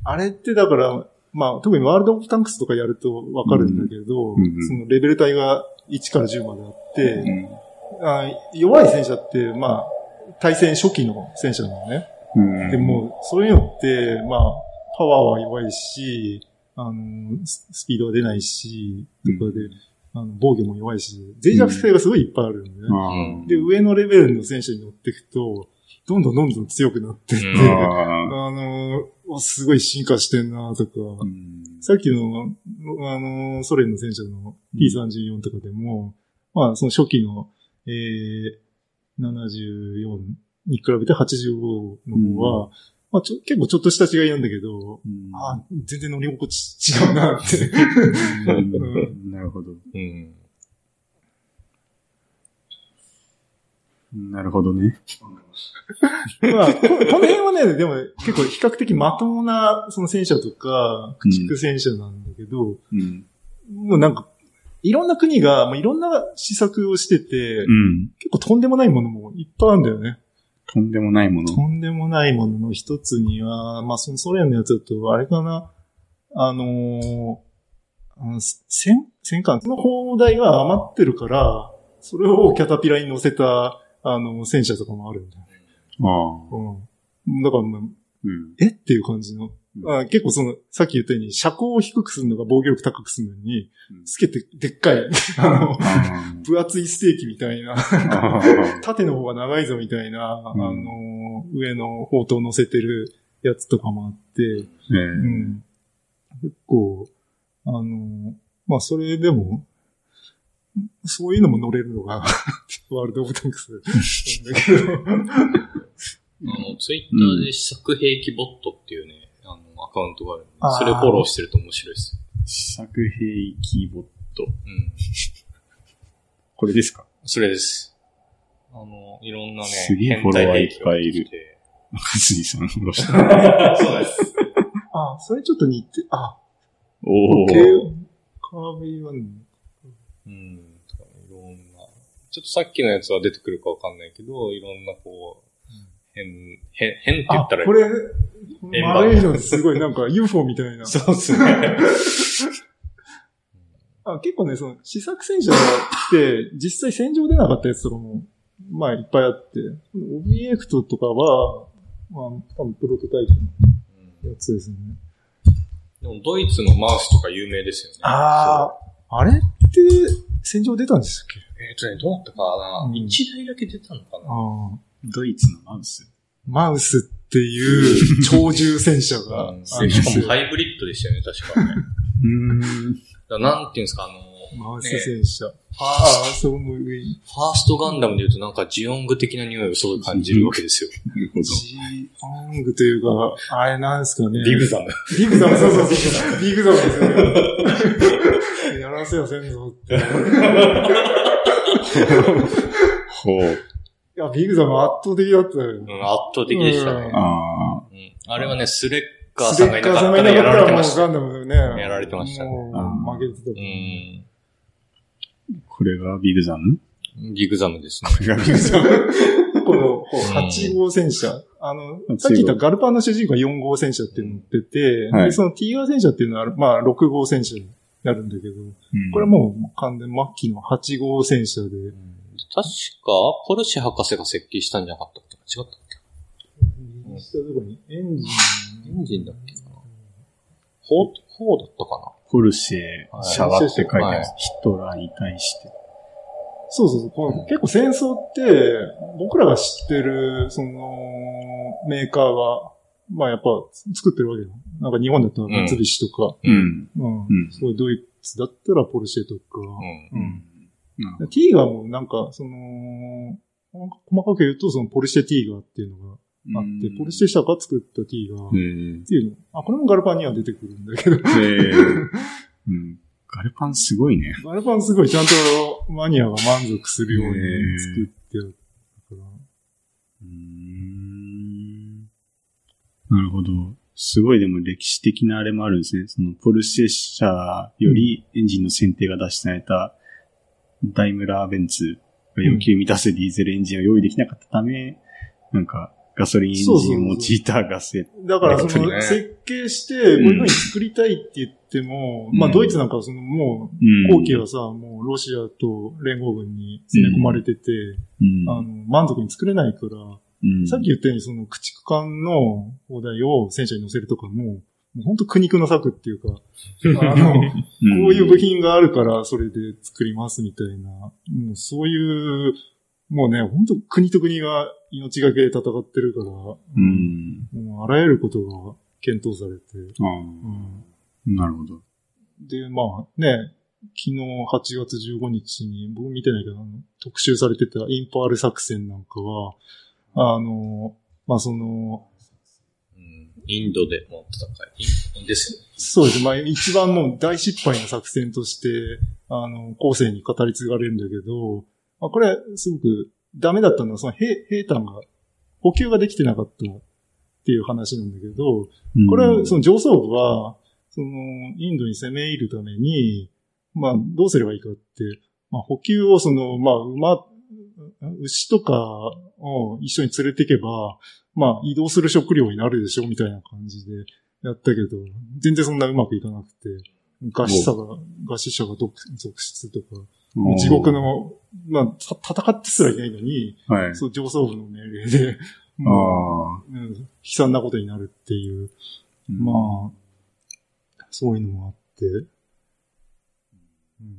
S2: あれってだから、まあ、特にワールドオブタンクスとかやるとわかるんだけど、
S1: うんうん
S2: そのレベル帯が1から10まであって、
S1: うん
S2: あ弱い戦車って、まあ、対戦初期の戦車なのね。
S1: うん
S2: で、も、そういうのって、まあ、パワーは弱いし、あの、ススピードは出ないし、とかで、あの防御も弱いし、脆弱性がすごいいっぱいあるんだよね。
S1: あ
S3: うん
S1: ー
S2: で、上のレベルの戦車に乗っていくと、どんどんどんどん強くなってって、
S3: う
S1: あ
S3: ん
S2: あ
S1: ー
S2: の、おすごい進化してんなとか、
S1: うん
S2: さっきの、あの、ソ連の戦車の T34 とかでも、まあ、その初期の、えー、74に比べて85の方は、まあちょ、結構ちょっとした違いなんだけど、
S1: うん
S2: あー全然乗り心地違うなって。
S1: うんなるほど。
S3: うん。
S1: なるほどね。
S2: まあ、ここの辺はね、でも結構比較的まともな、その戦車とか、駆逐戦車なんだけど、
S1: うん。
S2: もうなんか、いろんな国が、まあ、いろんな施策をしてて、
S1: うん。
S2: 結構とんでもないものもいっぱいあるんだよね。
S1: とんでもないもの。
S2: とんでもないものの一つには、まあ、そのソ連のやつだと、あれかな、あのーあの、せ戦、戦艦の砲台が余ってるから、それをキャタピラに乗せた、あの、戦車とかもあるんだよ。
S1: ああ。
S2: うん。だからもう、
S1: うん。
S2: えっていう感じの。あ結構その、さっき言ったように、車高を低くするのが防御力高くするのに、つけて、でっかい、
S1: <laughs>
S2: あの、
S1: あ
S2: 分厚いステーキみたいな、 <laughs>
S1: ーあー。
S2: 縦の方が長いぞみたいな、
S1: うん
S2: あの、上の砲塔乗せてるやつとかもあって、
S1: ええ
S2: うん結構、あの、まあ、それでも、そういうのも乗れるのが、 <laughs> ワールド・オブ・タンクスなんだけ
S3: <laughs>
S2: ど、
S3: あの、ツイッターで試作兵器ボットっていうね、あの、アカウントがあるんで
S2: あー、
S3: それフォローしてると面白いです。
S1: 作兵器ボット。
S3: うん。
S1: これですか
S3: それです。あの、いろんなね、
S1: すげえフォロワーいっぱいいる中杉さん、おろした。
S3: る。そうです。
S2: あ、それちょっと似て、あ、
S1: おお。
S2: 軽カービィはね、
S3: うん。とかねいろんな。ちょっとさっきのやつは出てくるかわかんないけど、いろんなこう、変、変、変って言
S2: あ、
S3: ったら
S2: これ、
S3: 円盤
S2: 丸いのすごいなんか UFO みたいな。
S3: そうっすね。
S2: あ結構ね、その、試作戦車って、実際戦場出なかったやつとかも、まあいっぱいあって、オビエクトとかは、まあ、多分プロトタイプ
S3: うん
S2: のやつですね。
S3: でも、ドイツのマウスとか有名ですよね。
S2: あ、あれって戦場出たんでしたっけ
S3: そう。えっ、とね、どうだったかな
S2: う。ん
S3: 一、台だけ出たのかな。
S2: ああ、
S1: ドイツのマウス。
S2: マウスっていう超重戦車があるん
S3: うん
S2: ですよ。
S3: しかもハイブリッドでしたよね、確かね。
S1: うーん。
S3: だからなんていうんですか、あの、
S2: マウス
S3: ね
S2: 戦車。
S3: フ
S2: あ
S3: ァー
S2: あ、そう思う上に。
S3: ファーストガンダムで言うとなんかジオング的な匂いをすごい感じるわけですよ。
S1: なるほど。
S2: ジーアングというか、あれなんですかね。
S3: リグザム。
S2: ビグザム、そうそうそうそう。ビグザムですよね。やらせやせんぞって。い
S1: <laughs> ほう。
S2: や、ビグザム圧倒的だったよ
S3: う
S2: ね。
S3: ん、圧倒的でしたね。
S1: ああ。
S3: うんあれはね、スレッガーさんがいなかった
S2: ス
S3: ら
S2: レッ
S3: や
S2: カー
S3: られ
S2: さんがいなかった
S3: て
S2: ら
S3: ま
S2: も
S3: し
S2: うガンダム
S3: た。う
S2: ね。
S3: やられてましたね
S2: もう負けてたと思う。
S3: ん。
S1: これがビグザム
S3: ギグザムですね。
S1: これがビグザム
S2: この、こう8号戦車。あの、さっき言ったガルパンの主人公は4号戦車っていうの乗ってて、
S1: はい
S2: でその T 号戦車っていうのは、まあ、6号戦車になるんだけど、これは
S1: も。
S2: もう完全末期の8号戦車で、
S3: 確か、ポルシェ博士が設計したんじゃなかったっけ違ったっけ
S2: 右下とかにエンジン。
S3: エンジンだっけなほう、ほうだったか
S1: ポルシェ、シャワって書いてあ
S3: は
S1: る
S3: い。
S1: ヒトラーに対して。。
S2: そうそうそうこ
S3: う
S2: の。
S3: ん
S2: 結構戦争って、僕らが知ってる、その、メーカーが、まあやっぱ作ってるわけよ。なんか日本だったら三菱とか、
S3: うん
S2: う
S1: う
S2: ん。
S1: ん
S2: そうドイツだったらポルシェとか、
S3: なうん。
S2: うん
S1: なるほど
S2: T がもうなんか、その、細かく言うと、そのポルシェ T ガーっていうのがあって、ポルシェ社が作った T ガーっ
S1: へ
S2: ていうの。あ、これもガルパンには出てくるんだけど、 <laughs>
S1: え。へえ。 <laughs> うん。ガルパンすごいね。
S2: ガルパンすごいちゃんとマニアが満足するように作ってあったから。
S1: うーんなるほど。すごいでも歴史的なあれもあるんですね。そのポルシェ社よりエンジンの選定が出しされたダイムラーベンツが要求を満たすディーゼルエンジンを用意できなかったため、なんかガソリンエンジンを用いたガスエ
S2: だから、そ
S1: 本当に
S2: の、
S1: ね
S2: 設計して、こういうふうに作りたいって言っても、
S1: うん
S2: まあ、ドイツなんかはその、も
S1: うん
S2: う、後期はさ、もう、ロシアと連合軍に詰め込まれてて、
S1: うん
S2: あの、満足に作れないか
S1: う
S2: ら、
S1: ん
S2: さっき言ったように、その、駆逐艦の砲台を戦車に乗せるとかも、もう本当苦肉の策っていうか、あの、こういう部品があるから、それで作りますみたいな、もうそういう、もうね、本当国と国が命がけで戦ってるから、
S1: うん。
S2: もうあらゆることが検討されて、
S1: あ
S2: うん
S1: あ、なるほど。
S2: で、まあね、昨日8月15日に、僕見てないけど、あの特集されてたインパール作戦なんかは、あの、まあその、
S3: うんインドでも戦い。インですよね。
S2: そうですね、まあ一番もう大失敗の作戦として、あの、後世に語り継がれるんだけど、まあこれ、すごくダメだったのは、その兵、兵団が、補給ができてなかったっていう話なんだけど、これは、その上層部は、その、インドに攻め入るために、まあ、どうすればいいかって、まあ、補給をその、まあ、馬、牛とかを一緒に連れてけば、まあ、移動する食料になるでしょ、みたいな感じでやったけど、全然そんなうまくいかなくて、餓死者が、餓死者が続続出とか、
S1: うん
S2: 地獄。の、まあ、た戦ってすらいないのに、
S1: はい。
S2: そう上層部の命令で、
S1: あ
S2: も
S1: あ。
S2: う、うん、悲惨なことになるっていう、まあ、そういうのもあって。うん。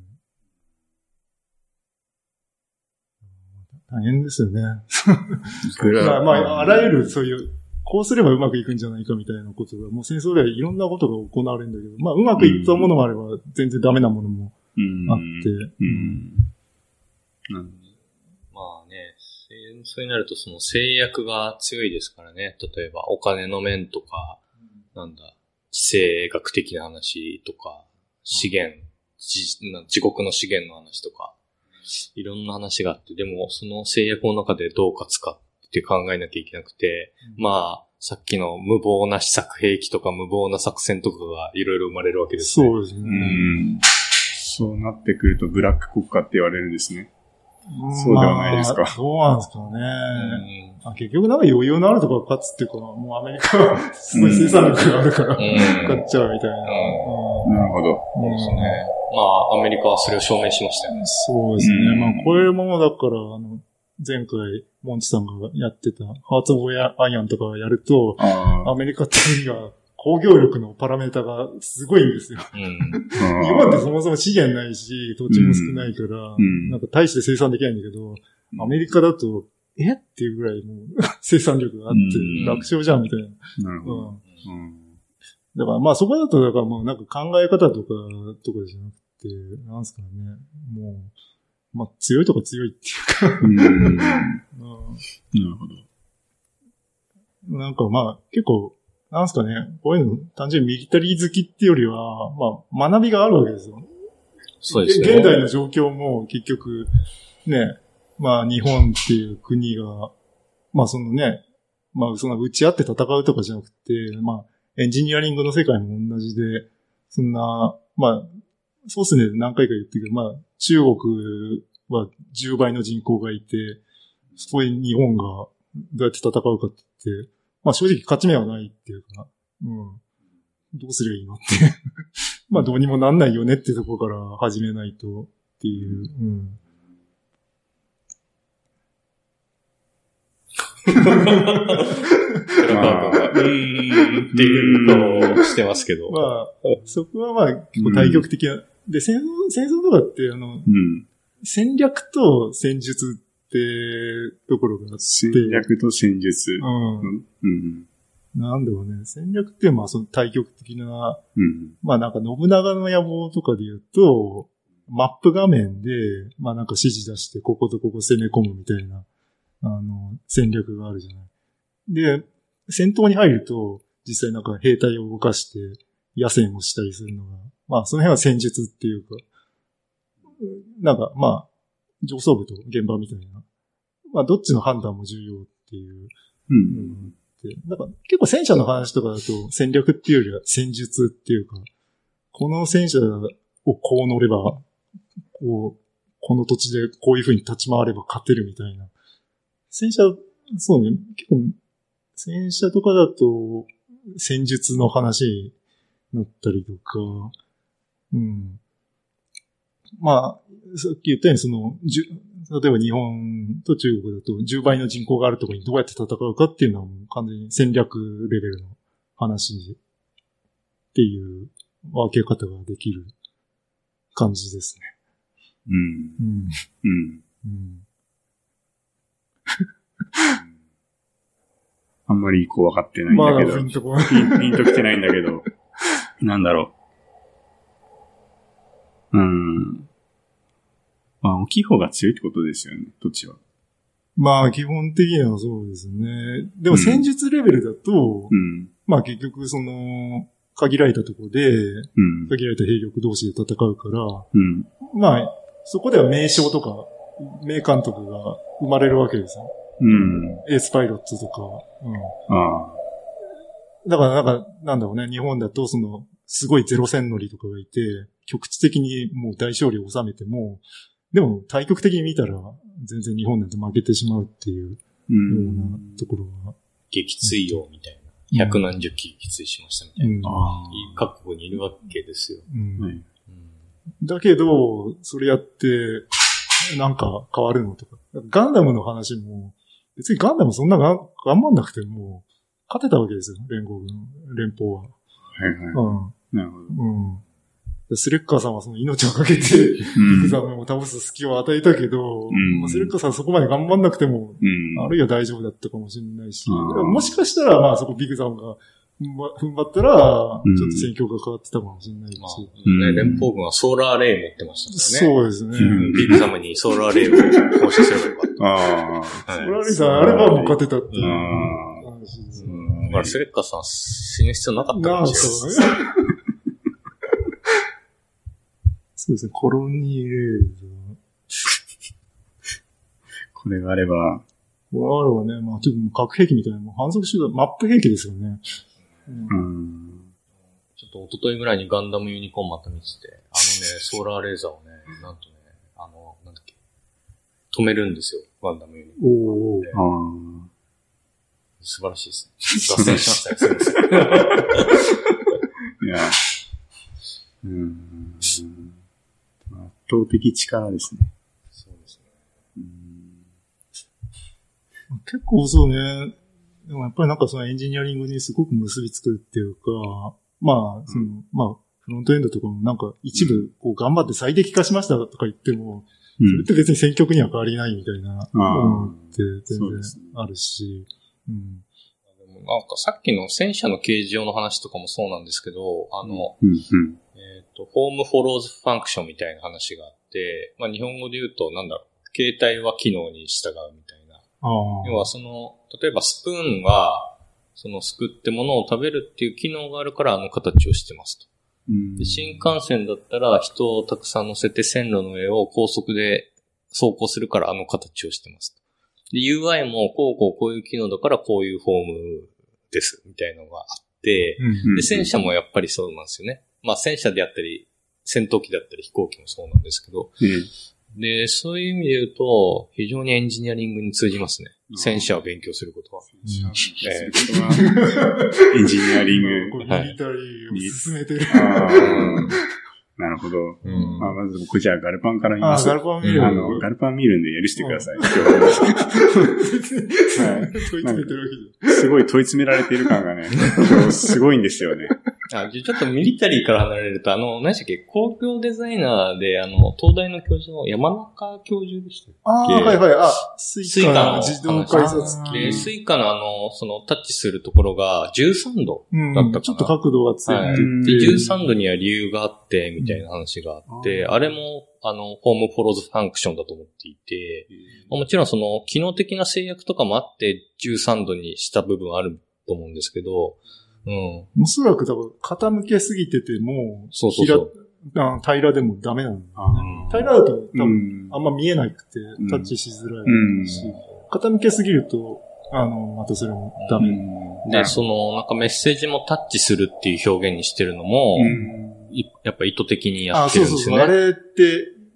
S2: 大変ですよね。
S1: あ
S2: まあ、まあ、あらゆるそういう、こうすればうまくいくんじゃないかみたいなことが、もう戦争ではいろんなことが行われるんだけど、まあ、うまくいったものもあれば、全然ダメなものも
S1: うん
S2: あって。
S1: うん。なるほど
S3: まあね、戦争になるとその制約が強いですからね。例えばお金の面とか、なんだ、地政学的な話とか、資源、地な地獄の資源の話とか、いろんな話があって、でもその制約の中でどう勝つかって考えなきゃいけなくて、
S2: うん
S3: まあ、さっきの無謀な施策兵器とか無謀な作戦とかがいろいろ生まれるわけですね。
S2: そうです
S1: う
S2: ね。
S1: ん。そうなってくると、ブラック国家って言われるんですね。そうではないですか
S2: まあそうなんですか
S3: う
S2: ね。
S3: ん
S2: あ結局なんか余裕のあるとこが勝つっていうか、もうアメリカはすごい生産力があるから、
S3: うん
S2: 勝っちゃうみたいな。うん
S1: なるほど。
S2: そうで
S3: そうですね。まあ、アメリカはそれを証明しましたよね。
S2: そうですね。
S1: うん
S2: まあ、これもだから、あの、前回、モンチさんがやってた、ハーツ・オブ・アイアンとかやると、
S1: ああ。
S2: アメリカって国は、工業力のパラメータがすごいんですよ。
S3: うん。
S1: 日
S2: 日本ってそもそも資源ないし、土地も少ないから、
S1: うん
S2: なんか大して生産できないんだけど、アメリカだと、えっていうぐらいもう <laughs> 生産力があって
S1: うん、
S2: 楽勝じゃんみたいな。
S1: なるほ
S2: う
S1: ど。
S2: ん。
S1: うん。
S2: だからまあそこだと、だからもうなんか考え方とか、とかじゃなくて、なんすかね、もう、まあ強いとか強いっていうか、
S1: うんなるほど。
S2: うん、なんかまあ結構、なんすかね、こういうの単純にミリタリー好きっていうよりは、まあ学びがあるわけですよ。
S3: そうですね。
S2: 現代の状況も結局、ね、まあ日本っていう国が、まあそのね、まあその打ち合って戦うとかじゃなくて、まあエンジニアリングの世界も同じで、そんな、まあ、そうっすね、何回か言ってるけど、まあ中国は10倍の人口がいて、そこに日本がどうやって戦うかって言って、まあ正直勝ち目はないっていうか、うん。どうすりゃいいのって。まあどうにもなんないよねってとこから始めないとっていう。うん。
S3: 寺川君が、うーん、っていうのをしてますけど。
S2: まあ、そこはまあ結構対極的な。で、戦争、戦争とかってあの、
S1: うん。
S2: 戦略と戦術ってところがあって、
S1: 戦略と戦術。
S2: う
S1: うん。
S2: ん。なんだろうね。戦略ってまあその対極的な、
S1: うん。
S2: まあなんか信長の野望とかで言うと、マップ画面で、まあなんか指示出して、こことここ攻め込むみたいな、あの、戦略があるじゃない。で、戦闘に入ると、実際なんか兵隊を動かして、野戦をしたりするのが、まあその辺は戦術っていうか、なんかまあ、上層部と現場みたいな、まあどっちの判断も重要っていう
S1: う。
S2: うんんって。なんか結構戦車の話とかだと戦略っていうよりは戦術っていうか、この戦車をこう乗れば、こう、この土地でこういう風に立ち回れば勝てるみたいな。戦車、そうね、結構戦車とかだと、戦術の話になったりとか、うん。まあ、さっき言ったように、その、じゅ例えば日本と中国だと10倍の人口があるところにどうやって戦うかっていうのはもう完全に戦略レベルの話っていう分け方ができる感じですね。
S1: うん。
S2: うん。
S1: うん。
S2: うん。
S1: あんまりこう分かってないん
S2: ま
S1: だ
S2: あ、
S1: け
S2: ピ
S1: ど
S2: ン。とこない
S1: ピンピン <laughs> ときてないんだけど、なんだろう。うーん。まあ、大きい方が強いってことですよね、土地は。
S2: まあ、基本的にはそうですね。でも戦術レベルだと、
S1: うん。
S2: まあ結局その、限られたところで、
S1: うん。
S2: 限られた兵力同士で戦うから、
S1: うん。
S2: まあ、そこでは名将とか、名監督が生まれるわけですよ。
S1: うん。
S2: エースパイロットとか。う
S1: あ
S2: ん。だからなんか、なんだろうね、日本だとその、すごいゼロ戦乗りとかがいて、局地的にもう大勝利を収めても、でも対局的に見たら、全然日本なんて負けてしまうっていうよ
S1: う。
S2: うんなところが。
S3: 撃墜王みたいな。百何十機撃墜しましたみたいな。
S2: うん
S1: ああ。
S3: 各国にいるわけですよ。
S2: うん
S1: はい
S2: だけど、それやって、なんか変わるのとか。ガンダムの話も、別にガンダムそんなが頑張んなくても、勝てたわけですよ、連合軍、連邦は。
S1: はいはい。
S2: うん
S1: なるほど。。
S2: うんで。スレッカーさんはその命をかけて、
S1: う
S2: <laughs> ビグ
S1: ん
S2: ザムを倒す隙を与えたけど、
S1: うん
S2: まあスレッカーさんはそこまで頑張んなくても、
S1: うん。
S2: あるいは大丈夫だったかもしれないし、
S1: うん
S2: だからもしかしたら、まあそこビグザムが踏ん張踏ん張ったら、ちょ
S1: うん
S2: っと戦況が変わってたかもしれないし。
S3: まあ、
S1: うん
S3: ね、連邦軍はソーラーレイ持ってましたからね。
S2: そうですね。
S1: うん
S3: ビッグサムにソーラーレイを放射すればよかっ
S1: ああ。
S3: た。はい
S2: ソラリさんあればもう勝てたっていう
S1: あ
S2: 話です
S3: う
S2: ね。
S3: んだからスレッカーさん死ぬ必要なかったか
S2: な
S3: も
S2: あ、
S3: しれない
S2: そう
S1: <laughs>
S2: ね。そうですね、コロニーレーザー。
S1: これがあれば、
S2: これあれはね、まあ、ちょっともう核兵器みたいな、もう反則手段、マップ兵器ですよね。うん
S1: うん。
S3: ちょっと一昨日ぐらいにガンダムユニコーンまた見てて、あのね、ソーラーレーザーをね、なんとね、あの、なんだっけ、止めるんですよ、ガンダムユニコーン。
S2: おー
S1: ああ。
S3: 素晴らしい <laughs> ですね。脱線しましたね、すいません。
S1: いや。うん。圧倒的力ですね。
S3: そうですね。
S1: うん。
S2: 結構そうね、でもやっぱりなんかそのエンジニアリングにすごく結びつくっていうか、まあ、その、まあ、フロントエンドとかもなんか一部、こう頑張って最適化しましたとか言っても、
S1: うん
S2: それって別に選曲には変わりないみたいな、
S1: あー
S2: うん、って全
S1: そう
S2: 然
S1: ですね
S2: あるし、うん。
S3: でもなんかさっきの戦車の形状の話とかもそうなんですけど、あの、
S1: うん。うん。
S3: えっ、と、ホームフォローズファンクションみたいな話があって、まあ日本語で言うと、なんだろう、携帯は機能に従うみたいな。
S2: ああ。
S3: 要はその、例えばスプーンは、そのすくってものを食べるっていう機能があるからあの形をしてますと。
S1: うん
S3: で新幹線だったら人をたくさん乗せて線路の上を高速で走行するからあの形をしてますと。で、UI もこうこうこういう機能だからこういうフォームですみたいなのがあって、
S2: うん。
S3: で、戦車もやっぱりそうなんですよね。まあ戦車であったり、戦闘機だったり飛行機もそうなんですけど、
S1: ええ
S3: で、そういう意味で言うと、非常にエンジニアリングに通じますね。戦車を勉強することは。
S1: ええエンジニアリン
S2: こ
S1: グ。
S2: れミリタリーを進めてる。
S1: ああなるほど。
S3: うん
S1: まあ、まず僕じゃあガルパンから言い
S2: あ
S1: ま
S2: <laughs> あ、
S1: す。
S2: ガ
S1: あ
S2: ルパンミリア
S1: の、
S2: ル。
S1: ガルパン見るんで許してください。
S2: <laughs> 問い詰めてるわけじ
S1: すごい問い詰められている感がね、今日すごいんですよね。
S3: あ、じゃあちょっとミリタリーから離れると、あの、何でしたっけ、工業デザイナーで、あの、東大の教授の山中教授でしたっ
S2: ゃん。ああ、はいはい。あ、ス
S3: ス
S2: イ
S3: イ
S2: カ
S3: カ
S2: の
S3: の
S2: 自動改札
S1: あ
S3: け
S1: ー
S2: 機。
S3: で、スイカのあの、そのタッチするところが13度。だったか
S2: う、
S3: なん
S2: ちょっと角度がついて
S3: はい。
S2: て、
S3: で、13度には理由があって、みたいな話があって、
S1: うん
S3: あれも、あの、ホームフォローズファンクションだと思っていて、まあもちろんその、機能的な制約とかもあって、13度にした部分あると思うんですけど、うん。
S2: おそらく多分傾けすぎてても、
S3: そうそうそう。
S2: 平あ平らでもダメなの。
S1: あ
S2: 平らだと
S1: ー
S2: 多
S1: う
S2: 分
S1: ん
S2: あんま見えなくて
S1: ん、
S2: タッチしづら
S1: うん
S2: いし、傾けすぎると、あの、またそれもダメ。
S1: うん
S3: で、その、なんかメッセージもタッチするっていう表現にしてるのも、
S1: うん
S3: いやっぱ意図的にや
S2: あ、
S3: って
S2: そう
S3: る
S2: そ
S3: ん
S2: う
S3: です
S2: そう。
S3: よ
S2: あ
S3: ね。
S2: れって、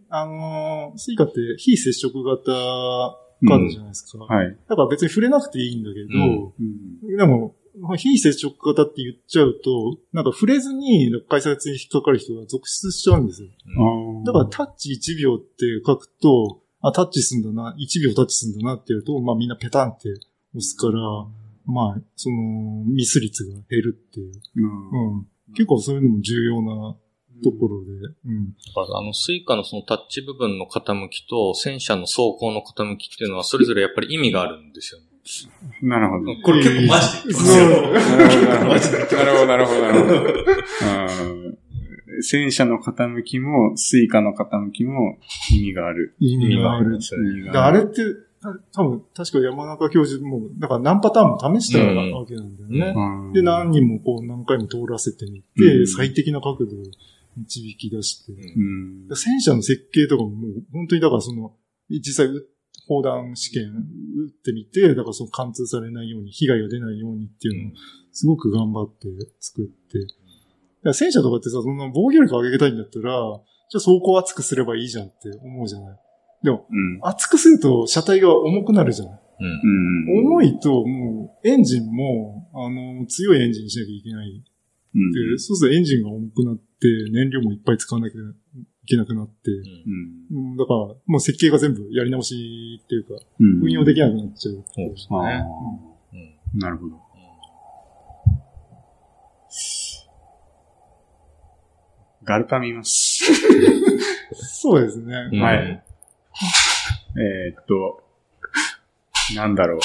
S2: あのー、スイカって非接触型カードじゃないですか。
S1: はい。
S2: だから別に触れなくていいんだけど、
S1: うん。
S2: でも、まあ非接触型って言っちゃうと、なんか触れずに改札に引っかかる人が続出しちゃうんですよ。
S1: ああ。
S2: だからタッチ1秒って書くと、あ、タッチすんだな、1秒タッチすんだなってやると、まあみんなペタンって押すから、まあ、その、ミス率が減るっていう。
S1: うん、
S2: うん。結構そういうのも重要なところで、うん。
S3: だからあの、スイカのそのタッチ部分の傾きと、戦車の走行の傾きっていうのは、それぞれやっぱり意味があるんですよね。
S1: なるほど。
S3: これ結構マジで言ってますよ。
S1: なるほど、なるほど、なるほど。あー戦車の傾きも、スイカの傾きも意味がある。
S2: 意味がある。
S1: 意味が
S2: だからあ
S1: ある
S2: れって、た多分、確か山中教授も、だから何パターンも試した
S3: うん
S2: わけなんだよね。
S1: うん
S2: で、何人もこう何回も通らせてみて、
S1: うん
S2: 最適な角度を導き出して。
S3: うん
S1: うん
S2: で戦車の設計とかももう本当にだからその、実際う砲弾試験打ってみて、だからその貫通されないように、被害が出ないようにっていうのをすごく頑張って作って。だから戦車とかってさ、そんな防御力上げたいんだったら、じゃあ走行厚くすればいいじゃんって思うじゃない。
S1: うん。
S2: 厚くすると車体が重くなるじゃない。
S3: うん。
S1: うん。
S2: 重いともうエンジンも、あの、強いエンジンにしなきゃいけない
S1: うん。
S2: で、そうするとエンジンが重くなって、燃料もいっぱい使わなきゃいけなくなって、
S1: うん。
S2: うんだから、もう設計が全部やり直しっていうか、
S1: うん。
S2: 運用できなくなっちゃう。
S3: そうです
S1: あ
S3: ね。
S1: あ、
S3: うん
S1: なるほど。ガルカ見ます。
S2: そうですね。
S3: うん
S1: はい。えーっと、なんだろう。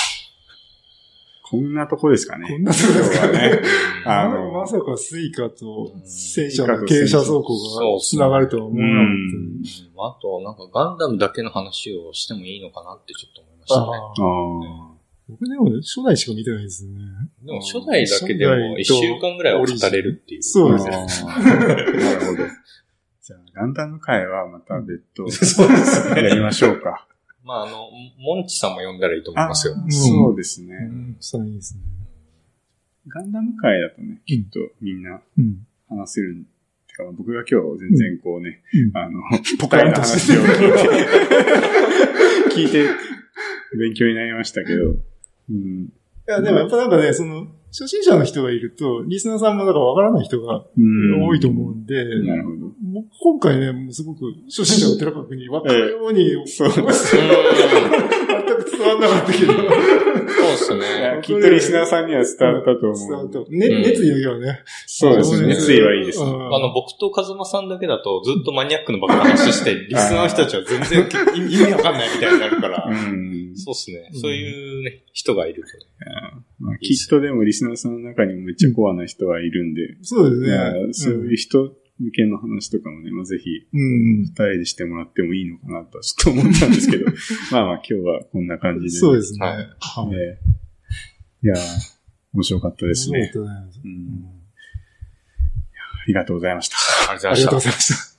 S1: こんなとこですかね。
S2: こんなとこですかね。
S1: あ
S2: あ
S1: の
S2: の、まさかスイカと
S3: うん
S2: 戦車の傾斜走行が繋がるとは思わな
S1: う
S2: か
S1: ん
S3: うんあと、なんかガンダムだけの話をしてもいいのかなってちょっと思いまし
S2: ったた。
S3: ね。
S1: あ
S2: ああ
S1: あ。
S2: 僕でも初代しか見てないですね。
S3: でも初代だけでも一週間ぐらいは語れるっていう。
S2: そうですね。
S1: あーなるほど。じゃあ、ガンダム会はまた別途
S3: そうです
S1: やりましょうか。
S3: まあ、あの、モンチさんも呼んだらいいと思いますよ。
S1: あそうですね。
S2: うん、したらいいですね。
S1: ガンダム会だとね、きっとみんな
S2: うん。
S1: 話せる。てか僕が今日全然こうね、
S2: うん
S1: あの、ポカリの話を聞いて、聞いて勉強になりましたけど、うん。
S2: いや、でもやっぱなんかね、その、初心者の人がいると、リスナーさんもなんかわからない人が
S1: うん
S2: 多いと思うんで、
S1: なるほど。
S2: 僕今回ね、もうすごく初心者の寺川君に分かるように、
S1: <laughs> そう
S2: 全く伝わんなかったけ <laughs> ど、
S3: そうです
S1: い
S3: ね。
S1: やきっとリスナーさんには伝わったと
S2: 伝わ
S1: 思
S2: っ
S1: う。
S2: た。ね、
S3: うん
S2: 熱意だけはね。
S1: そうですね。熱意はいいです
S2: う。
S3: あ
S2: ん
S3: の、僕と風間さんだけだとずっとマニアックのばっか話して、リスナーの人たちは全然意味わかんないみたいになるから
S1: う。ん。
S3: そうですね。
S2: うん
S3: そういうね、人がいるとね。
S1: まあ、きっとでもリスナーさんの中にもめっちゃコアな人はいるんで、
S2: そう
S1: いや
S2: です
S1: そう
S2: ね。
S1: いう人向けの話とかもね、まあ、ぜひ
S2: うん。うん
S1: 二人でしてもらってもいいのかなとはちょっと思ったんですけど、 <laughs> まあまあ今日はこんな感じで。
S2: そうですね。
S3: はい
S2: はい
S1: えーいやー、面白かったですね。
S2: そうだね
S1: う、
S2: うんん
S1: ありがとうございました。
S3: ありがとうござい
S2: あ
S3: ま
S2: り
S3: し
S2: が
S3: た
S2: とうご。ざいました。